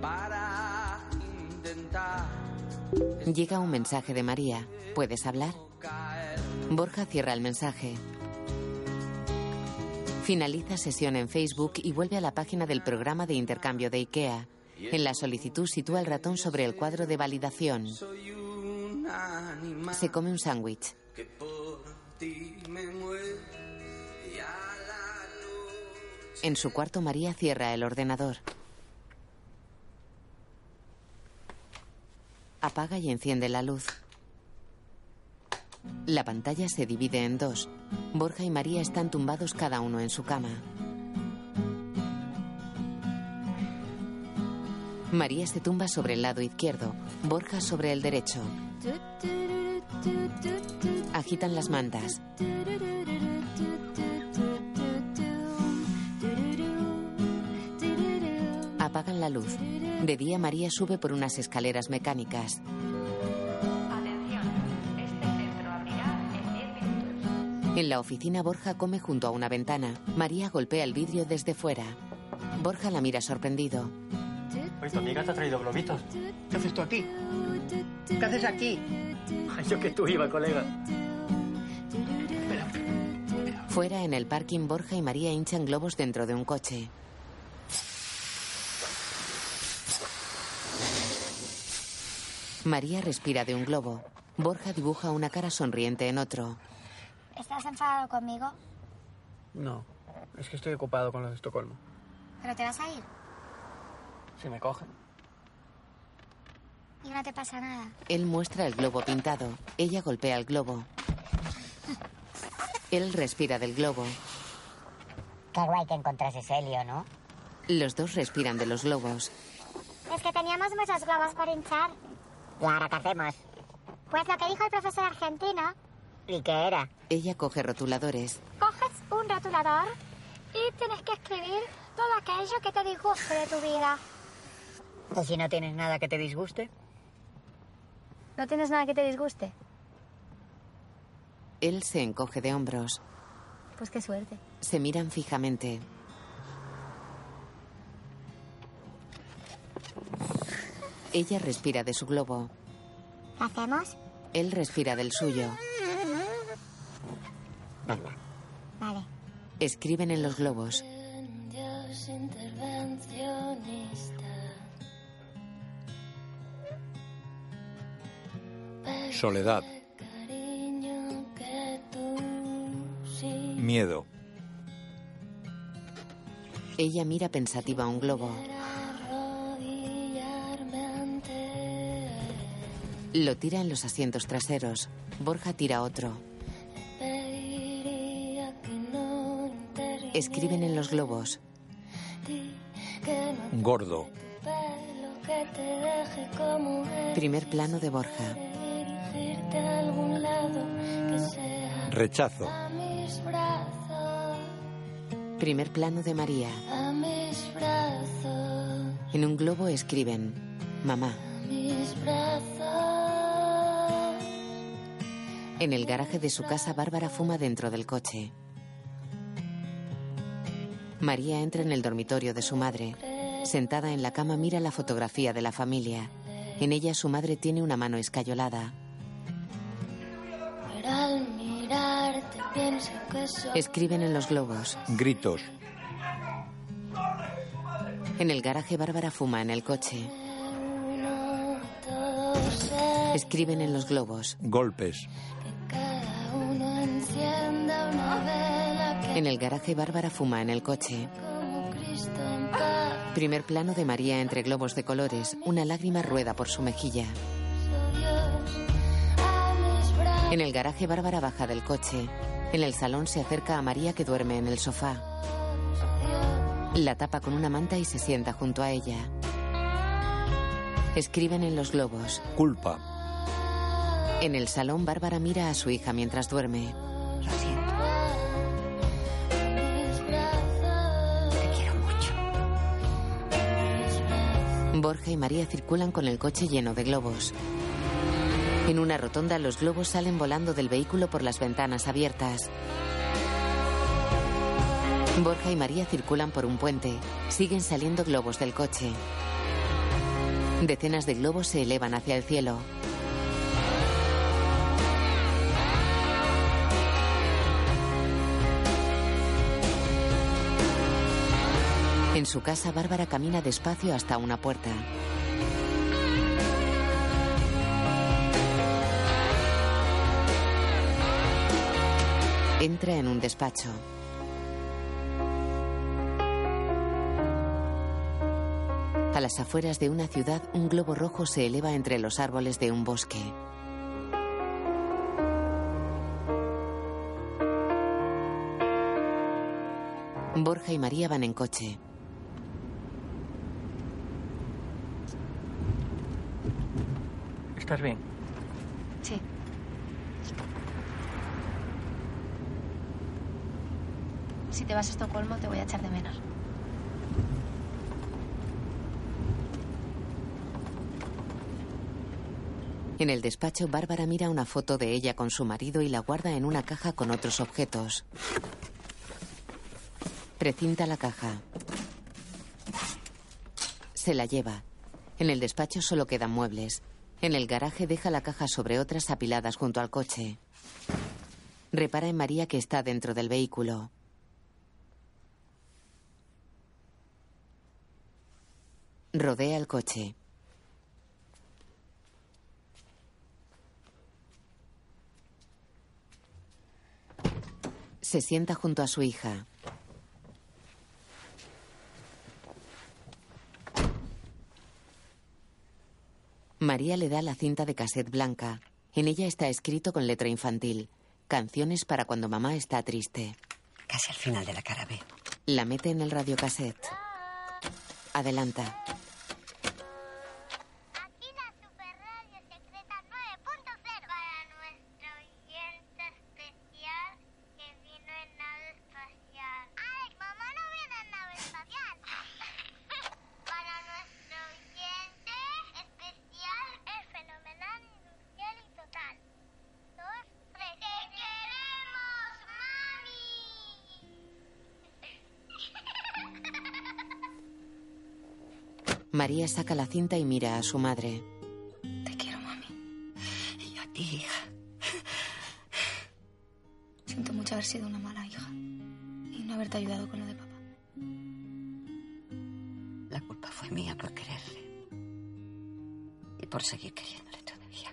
Speaker 29: para intentar
Speaker 2: Llega un mensaje de María. ¿Puedes hablar? Borja cierra el mensaje. Finaliza sesión en Facebook y vuelve a la página del programa de intercambio de IKEA. En la solicitud sitúa el ratón sobre el cuadro de validación.
Speaker 29: un animal
Speaker 2: Se come un sándwich.
Speaker 29: que por ti me muere y a la
Speaker 2: En su cuarto, María cierra el ordenador. Apaga y enciende la luz. La pantalla se divide en dos. Borja y María están tumbados cada uno en su cama. María se tumba sobre el lado izquierdo, Borja sobre el derecho. Agitan las mantas. Apagan la luz. De día María sube por unas escaleras mecánicas. este En la oficina Borja come junto a una ventana. María golpea el vidrio desde fuera. Borja la mira sorprendido.
Speaker 20: Oye,
Speaker 3: Pues
Speaker 20: tu amiga te ha traído globitos. ¿Qué haces tú aquí? ¿Qué haces aquí? Yo que tú iba, colega.
Speaker 2: Fuera en el parking Borja y María hinchan globos dentro de un coche. María respira de un globo. Borja dibuja una cara sonriente en otro.
Speaker 27: ¿Estás enfadado conmigo?
Speaker 4: No, es que estoy ocupado con los de Estocolmo.
Speaker 27: ¿Pero te vas a ir?
Speaker 4: Si me cogen.
Speaker 27: Y no te pasa nada.
Speaker 2: Él muestra el globo pintado. Ella golpea el globo. Él respira del globo.
Speaker 21: Qué guay que encontrases helio, ¿no?
Speaker 2: Los dos respiran de los globos.
Speaker 27: Es que teníamos muchos globos por hinchar.
Speaker 21: ¿Y ahora qué hacemos?
Speaker 27: Pues lo que dijo el profesor argentino,
Speaker 21: ¿Y qué era?
Speaker 2: Ella coge rotuladores.
Speaker 27: coges un rotulador y tienes que escribir todo aquello que te disguste de tu vida.
Speaker 21: ¿Y Pues si no tienes nada que te disguste?
Speaker 7: No tienes nada que te disguste.
Speaker 2: Él se encoge de hombros.
Speaker 7: Pues qué suerte.
Speaker 2: Se miran fijamente. Ella respira de su globo.
Speaker 27: ¿Qué hacemos?
Speaker 2: Él respira del suyo.
Speaker 27: Vale.
Speaker 2: Escriben en los globos.
Speaker 27: Dios intervencionista.
Speaker 13: Soledad,
Speaker 27: Cariño que tú sí.
Speaker 13: miedo,
Speaker 2: Ella mira pensativa un globo.
Speaker 27: Arrodillarme ante
Speaker 2: Lo tira en los asientos traseros. Borja tira otro.
Speaker 27: pediría que no interviniera
Speaker 2: Escriben en los globos.
Speaker 27: que no
Speaker 13: gordo,
Speaker 27: pelo que te deje como es
Speaker 2: Primer plano de Borja.
Speaker 27: irte a algún lado que sea
Speaker 13: rechazo,
Speaker 27: a mis brazos
Speaker 2: Primer plano de María.
Speaker 27: a mis brazos
Speaker 2: En un globo escriben, mamá.
Speaker 27: a mis brazos
Speaker 2: En el garaje de su casa, Bárbara fuma dentro del coche. María entra en el dormitorio de su madre. Sentada en la cama mira la fotografía de la familia. En ella su madre tiene una mano escayolada.
Speaker 27: pero al mirarte pienso que soy
Speaker 2: Escriben en los globos.
Speaker 13: gritos,
Speaker 2: En el garaje Bárbara fuma en el coche.
Speaker 27: uno todos sé
Speaker 2: Escriben en los globos.
Speaker 13: golpes,
Speaker 27: cada uno encienda una vez
Speaker 2: En el garaje, Bárbara fuma en el coche. Primer plano de María entre globos de colores. Una lágrima rueda por su mejilla.
Speaker 27: oh
Speaker 2: En el garaje, Bárbara baja del coche. En el salón se acerca a María que duerme en el sofá. La tapa con una manta y se sienta junto a ella. Escriben en los globos.
Speaker 13: Culpa.
Speaker 2: En el salón, Bárbara mira a su hija mientras duerme. Borja y María circulan con el coche lleno de globos. En una rotonda los globos salen volando del vehículo por las ventanas abiertas. Borja y María circulan por un puente. Siguen saliendo globos del coche. Decenas de globos se elevan hacia el cielo. En su casa, Bárbara camina despacio hasta una puerta. Entra en un despacho. A las afueras de una ciudad, un globo rojo se eleva entre los árboles de un bosque. Borja y María van en coche.
Speaker 4: ¿Estás bien?
Speaker 7: Sí. Si te vas a Estocolmo, te voy a echar de menos.
Speaker 2: En el despacho, Bárbara mira una foto de ella con su marido y la guarda en una caja con otros objetos. Precinta la caja. Se la lleva. En el despacho solo quedan muebles. En el garaje deja la caja sobre otras apiladas junto al coche. Repara en María que está dentro del vehículo. Rodea el coche. Se sienta junto a su hija. María le da la cinta de cassette blanca. En ella está escrito con letra infantil: Canciones para cuando mamá está triste.
Speaker 18: Casi al final de la cara B.
Speaker 2: La mete en el radiocassette. Adelanta. María saca la cinta y mira a su madre.
Speaker 18: Te quiero, mami. Y yo a ti, hija.
Speaker 7: Siento mucho haber sido una mala hija y no haberte ayudado con lo de papá.
Speaker 18: La culpa fue mía por quererle. Y por seguir queriéndole todavía.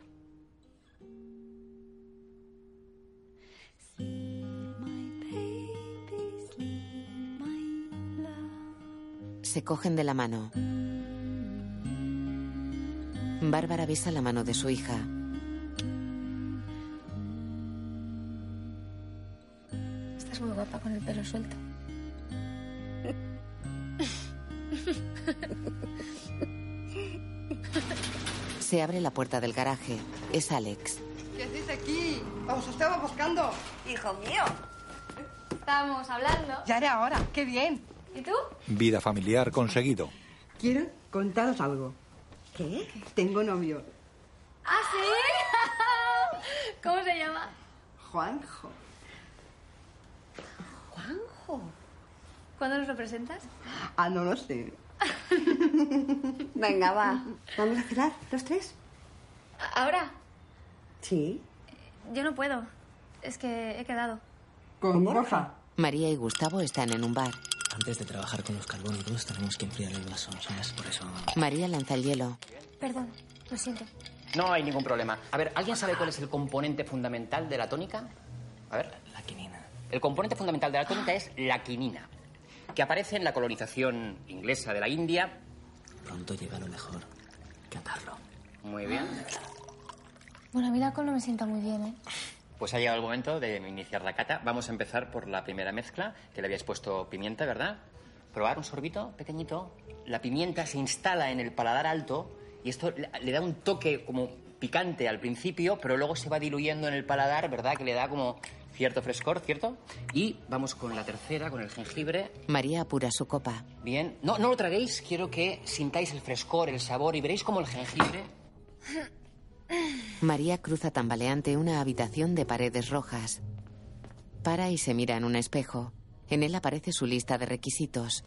Speaker 2: Se cogen de la mano. Bárbara besa la mano de su hija.
Speaker 7: Estás muy guapa con el pelo suelto.
Speaker 2: Se abre la puerta del garaje. Es Alex.
Speaker 8: ¿Qué hacéis aquí? Os estaba buscando.
Speaker 11: Hijo mío.
Speaker 7: Estábamos hablando.
Speaker 8: Ya era hora. Qué bien.
Speaker 7: ¿Y tú?
Speaker 13: Vida familiar conseguido.
Speaker 8: Quiero contaros algo. ¿Qué? Tengo novio.
Speaker 7: ¿Ah, sí? ¿Cómo se llama?
Speaker 8: Juanjo.
Speaker 7: Juanjo. ¿Cuándo nos lo presentas?
Speaker 8: Ah, no lo sé.
Speaker 11: Venga, va.
Speaker 18: ¿Vamos a cenar los tres?
Speaker 7: ¿Ahora?
Speaker 18: Sí.
Speaker 7: Yo no puedo. Es que he quedado.
Speaker 8: Con Borja.
Speaker 2: María y Gustavo están en un bar.
Speaker 3: Antes de trabajar con los carbónicos tenemos que enfriar el vaso, ¿sabes? Por eso...
Speaker 2: María lanza el hielo.
Speaker 7: Perdón, lo siento.
Speaker 19: No hay ningún problema. A ver, ¿alguien sabe cuál es el componente fundamental de la tónica? A ver.
Speaker 3: La quinina.
Speaker 21: El componente fundamental de la tónica es la quinina, que aparece en la colonización inglesa de la India.
Speaker 35: Pronto llega lo mejor. Catarro.
Speaker 21: Muy bien.
Speaker 7: Bueno, a mí la col no me sienta muy bien, ¿eh?
Speaker 21: Pues ha llegado el momento de iniciar la cata. Vamos a empezar por la primera mezcla, que le habíais puesto pimienta, ¿verdad? Probar un sorbito pequeñito. La pimienta se instala en el paladar alto y esto le le da un toque como picante al principio, pero luego se va diluyendo en el paladar, ¿verdad? Que le da como cierto frescor, ¿cierto? Y vamos con la tercera, con el jengibre.
Speaker 2: María apura su copa.
Speaker 21: Bien. No, no lo traguéis, quiero que sintáis el frescor, el sabor y veréis como el jengibre
Speaker 2: María cruza tambaleante una habitación de paredes rojas. Para y se mira en un espejo. En él aparece su lista de requisitos.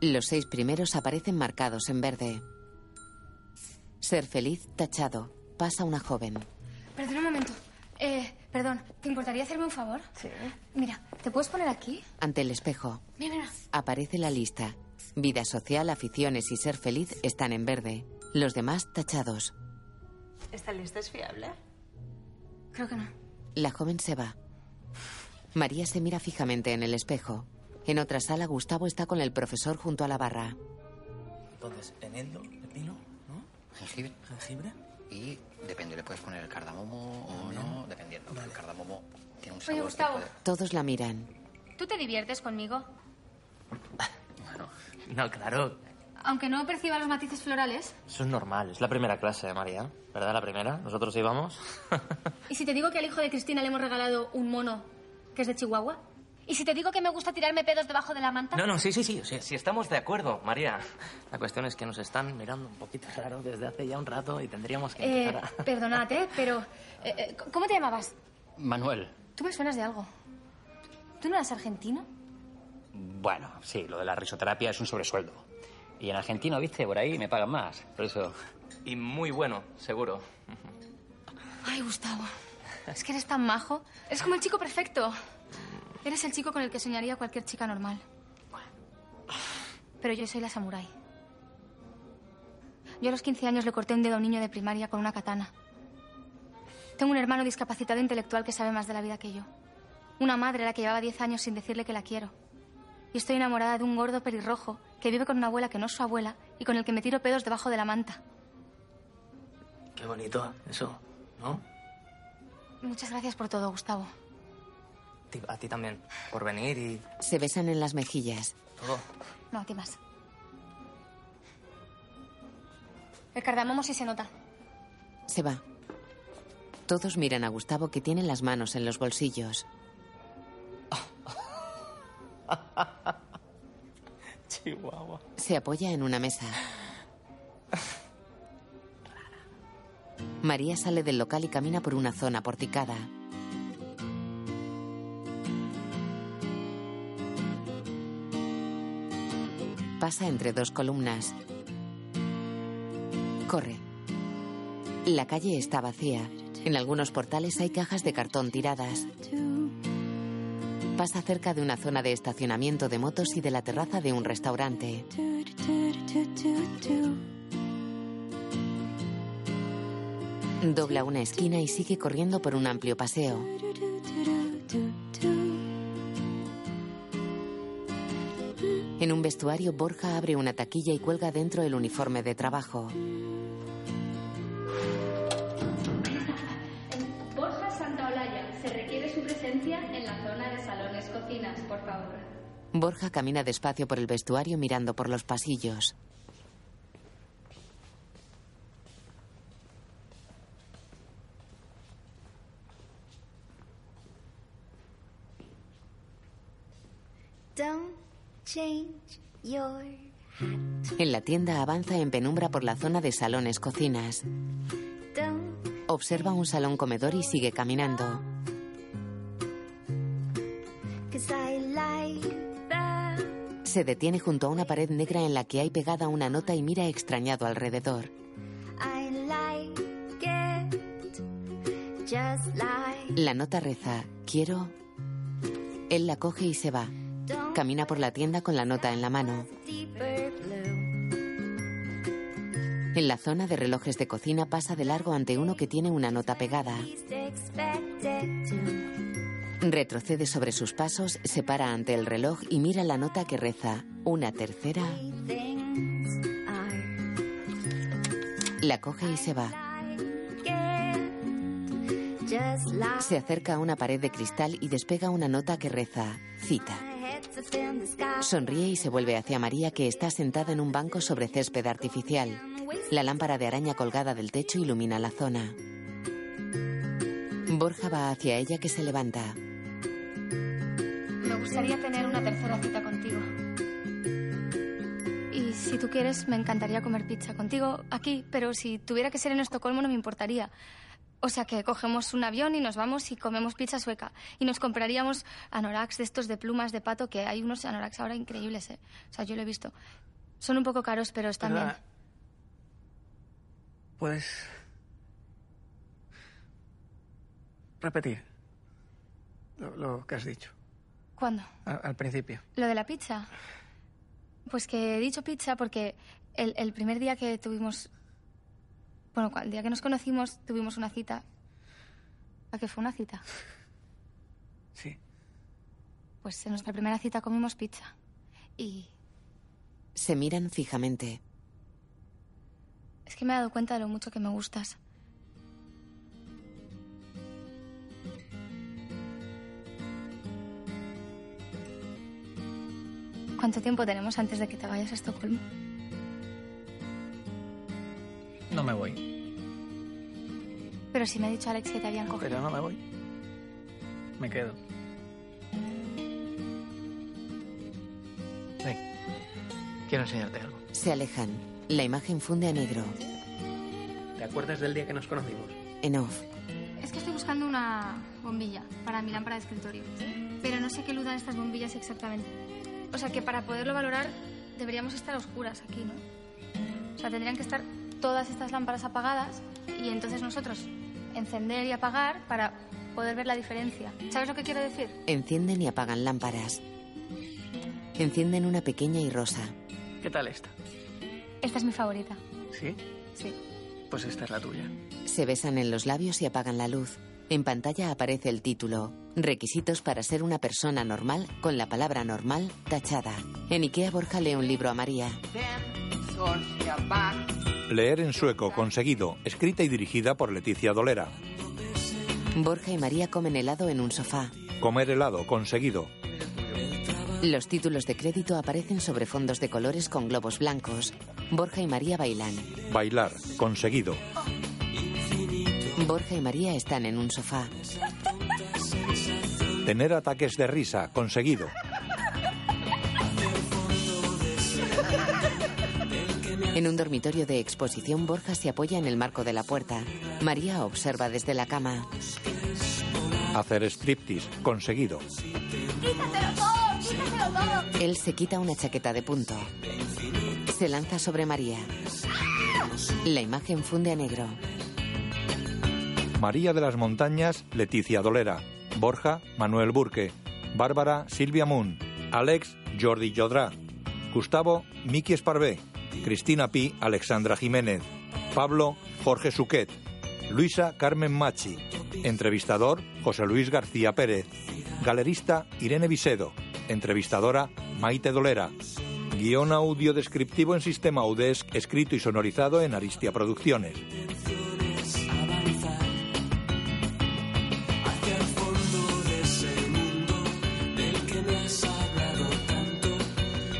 Speaker 2: Los seis primeros aparecen marcados en verde. Ser feliz, tachado. Pasa una joven.
Speaker 7: Perdón un momento. Eh, perdón, ¿te importaría hacerme un favor? Sí. Mira, ¿te puedes poner aquí?
Speaker 2: Ante el espejo.
Speaker 7: Mira, mira.
Speaker 2: Aparece la lista. Vida social, aficiones y ser feliz están en verde. Los demás tachados.
Speaker 36: ¿Esta lista es fiable?
Speaker 7: Creo que no.
Speaker 2: La joven se va. María se mira fijamente en el espejo. En otra sala, Gustavo está con el profesor junto a la barra.
Speaker 35: Entonces, eneldo, pepino, ¿no?
Speaker 21: Jengibre.
Speaker 35: Jengibre.
Speaker 21: y depende, le puedes poner el cardamomo o no, dependiendo. El cardamomo tiene un
Speaker 7: Oye,
Speaker 21: sabor. que
Speaker 7: Gustavo,
Speaker 2: Todos la miran.
Speaker 7: ¿tú te diviertes conmigo?
Speaker 3: No, claro.
Speaker 7: Aunque no perciba los matices florales.
Speaker 3: Eso es normal. Es la primera clase de María. ¿Verdad? La primera. Nosotros íbamos.
Speaker 7: ¿Y si te digo que al hijo de Cristina le hemos regalado un mono que es de Chihuahua? ¿Y si te digo que me gusta tirarme pedos debajo de la manta?
Speaker 3: No, no, sí, sí, sí. Si estamos de acuerdo, María. La cuestión es que nos están mirando un poquito raro desde hace ya un rato y tendríamos que
Speaker 7: Eh,
Speaker 3: empezar a...
Speaker 7: perdonad, ¿eh? Pero... eh, eh, ¿Cómo te llamabas?
Speaker 21: Manuel.
Speaker 7: Tú me suenas de algo. ¿Tú no eras argentino?
Speaker 21: Bueno, sí, lo de la risoterapia es un sobresueldo. Y en Argentina, viste, por ahí me pagan más. Por eso.
Speaker 3: Y muy bueno, seguro.
Speaker 7: Ay, Gustavo. Es que eres tan majo. Eres como el chico perfecto. Eres el chico con el que soñaría cualquier chica normal. Pero yo soy la samurái. Yo a los 15 años le corté un dedo a un niño de primaria con una katana. Tengo un hermano discapacitado intelectual que sabe más de la vida que yo. Una madre a la que llevaba 10 años sin decirle que la quiero. Y estoy enamorada de un gordo pelirrojo que vive con una abuela que no es su abuela y con el que me tiro pedos debajo de la manta.
Speaker 35: Qué bonito eso, ¿no?
Speaker 7: Muchas gracias por todo, Gustavo.
Speaker 3: Ti- A ti también. Por venir y
Speaker 2: Se besan en las mejillas.
Speaker 3: todo.
Speaker 7: No, ¿qué más? El cardamomo sí se nota.
Speaker 2: Se va. Todos miran a Gustavo que tiene las manos en los bolsillos.
Speaker 3: Chihuahua.
Speaker 2: Se apoya en una mesa. María sale del local y camina por una zona porticada. Pasa entre dos columnas. Corre. La calle está vacía. En algunos portales hay cajas de cartón tiradas. Pasa cerca de una zona de estacionamiento de motos y de la terraza de un restaurante. Dobla una esquina y sigue corriendo por un amplio paseo. En un vestuario, Borja abre una taquilla y cuelga dentro el uniforme de trabajo.
Speaker 37: Borja Santaolalla, se requiere su presencia en la zona de salones cocinas, por favor.
Speaker 2: Borja camina despacio por el vestuario mirando por los pasillos.
Speaker 5: Don't change your
Speaker 2: En la tienda avanza en penumbra por la zona de salones cocinas.
Speaker 5: don't
Speaker 2: Observa un salón comedor y sigue caminando.
Speaker 5: cause I like that.
Speaker 2: Se detiene junto a una pared negra en la que hay pegada una nota y mira extrañado alrededor.
Speaker 5: I like it just like
Speaker 2: La nota reza, quiero... Él la coge y se va. Camina por la tienda con la nota en la mano.
Speaker 5: deeper blue.
Speaker 2: En la zona de relojes de cocina pasa de largo ante uno que tiene una nota pegada.
Speaker 5: Least expected to.
Speaker 2: Retrocede sobre sus pasos, se para ante el reloj y mira la nota que reza una tercera. La coge y se va. Se acerca a una pared de cristal y despega una nota que reza cita. Sonríe y se vuelve hacia María que está sentada en un banco sobre césped artificial. La lámpara de araña colgada del techo ilumina la zona. Borja va hacia ella que se levanta.
Speaker 7: Me gustaría tener una tercera cita contigo. Y si tú quieres, me encantaría comer pizza contigo aquí, pero si tuviera que ser en Estocolmo no me importaría. O sea que cogemos un avión y nos vamos y comemos pizza sueca. Y nos compraríamos anoraks de estos de plumas de pato, que hay unos anoraks ahora increíbles, ¿eh? O sea, yo lo he visto. Son un poco caros, pero están
Speaker 4: Pero,
Speaker 7: bien.
Speaker 4: ah, Puedes. Repetir. Lo, lo que has dicho.
Speaker 7: ¿Cuándo?
Speaker 4: a- al principio.
Speaker 7: ¿Lo de la pizza? Pues que he dicho pizza porque el, el primer día que tuvimos... Bueno, cua- el día que nos conocimos tuvimos una cita. ¿A qué fue una cita?
Speaker 4: Sí.
Speaker 7: Pues en nuestra primera cita comimos pizza. Y
Speaker 2: Se miran fijamente.
Speaker 7: es que me he dado cuenta de lo mucho que me gustas. ¿Cuánto tiempo tenemos antes de que te vayas a Estocolmo?
Speaker 4: No me voy.
Speaker 7: Pero si me ha dicho Alex que te habían cogido.
Speaker 4: Pero no me voy. Me quedo. Ven. Quiero enseñarte algo.
Speaker 2: Se alejan. La imagen funde a negro.
Speaker 4: ¿Te acuerdas del día que nos conocimos?
Speaker 2: En off.
Speaker 7: Es que estoy buscando una bombilla para mi lámpara de escritorio. Pero no sé qué luz dan estas bombillas exactamente. O sea que para poderlo valorar deberíamos estar a oscuras aquí, ¿no? O sea, tendrían que estar todas estas lámparas apagadas y entonces nosotros encender y apagar para poder ver la diferencia. ¿Sabes lo que quiero decir?
Speaker 2: Encienden y apagan lámparas. Encienden una pequeña y rosa.
Speaker 4: ¿Qué tal esta?
Speaker 7: Esta es mi favorita.
Speaker 4: ¿Sí?
Speaker 7: Sí.
Speaker 4: Pues esta es la tuya.
Speaker 2: Se besan en los labios y apagan la luz. En pantalla aparece el título. Requisitos para ser una persona normal con la palabra normal tachada. En Ikea Borja lee un libro a María.
Speaker 1: Leer en sueco, conseguido, escrita y dirigida por Leticia Dolera.
Speaker 2: Borja y María comen helado en un sofá.
Speaker 1: Comer helado, conseguido.
Speaker 2: Los títulos de crédito aparecen sobre fondos de colores con globos blancos. Borja y María bailan.
Speaker 1: Bailar, conseguido.
Speaker 2: Borja y María están en un sofá.
Speaker 1: Tener ataques de risa, conseguido.
Speaker 2: En un dormitorio de exposición, Borja se apoya en el marco de la puerta. María observa desde la cama.
Speaker 1: Hacer striptease, conseguido.
Speaker 27: ¡Quítatelo todo! ¡Quítatelo todo!
Speaker 2: Él se quita una chaqueta de punto. Se lanza sobre María. La imagen funde a negro.
Speaker 1: María de las Montañas, Leticia Dolera. Borja, Manuel Burque. Bárbara, Silvia Moon. Alex, Jordi Jodrá. Gustavo, Miki Esparvé. Cristina Pi, Alexandra Jiménez. Pablo, Jorge Suquet. Luisa, Carmen Machi. Entrevistador, José Luis García Pérez. Galerista, Irene Visedo. Entrevistadora, Maite Dolera. Guión audio descriptivo en sistema UDESC, escrito y sonorizado en Aristia Producciones.
Speaker 5: Avanzar hacia el fondo de ese mundo del que me has hablado tanto,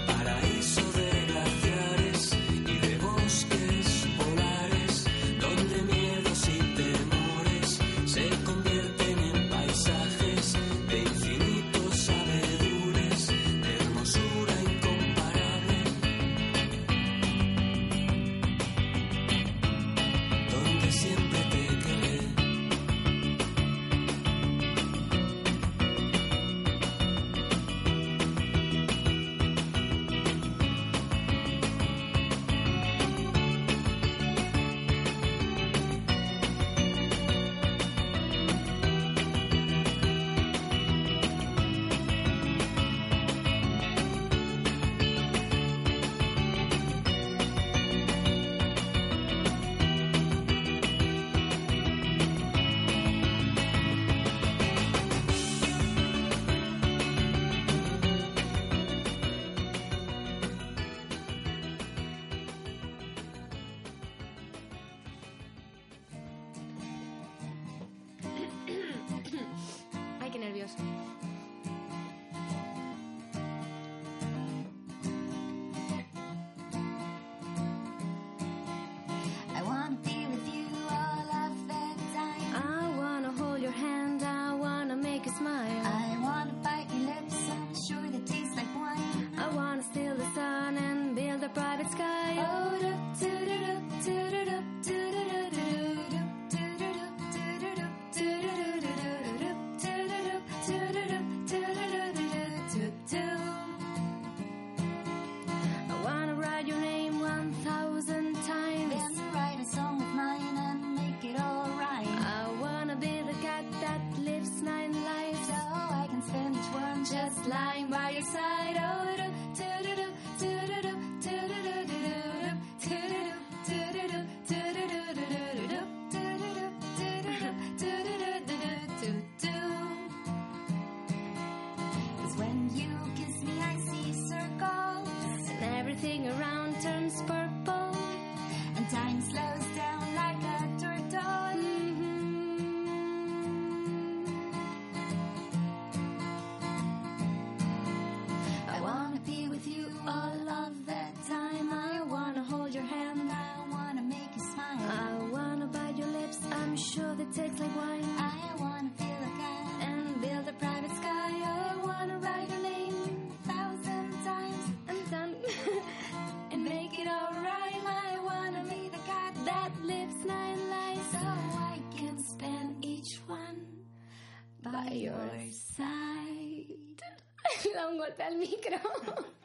Speaker 5: paraíso de glaciares y de bosques polares, donde miedos y temores se convierten en paisajes de infinitos sabedures, de hermosura incomparable. Donde a private sky. I wanna write your name one thousand times. Then write a song of mine and make it all right. I wanna be the cat that lives nine lives, so I can spend each one just lying by your side. Oh, do, do, do, do, do, do, do, do, do, do, do, do, do, do, do, do, do, do, do, do, do, do, do, do, do. Cause when you kiss me, I see circles. And everything around turns purple. And time slows down like a turtle. I wanna be with you all of the time. I wanna hold your hand. I wanna make you smile. I wanna bite your lips. I'm sure they taste like wine. I wanna feel again and build a private sky. I wanna write your name a thousand times and done and make it alright. I wanna be the cat that lives nine lives so I can spend each one by your side. Le da un golpe al micro.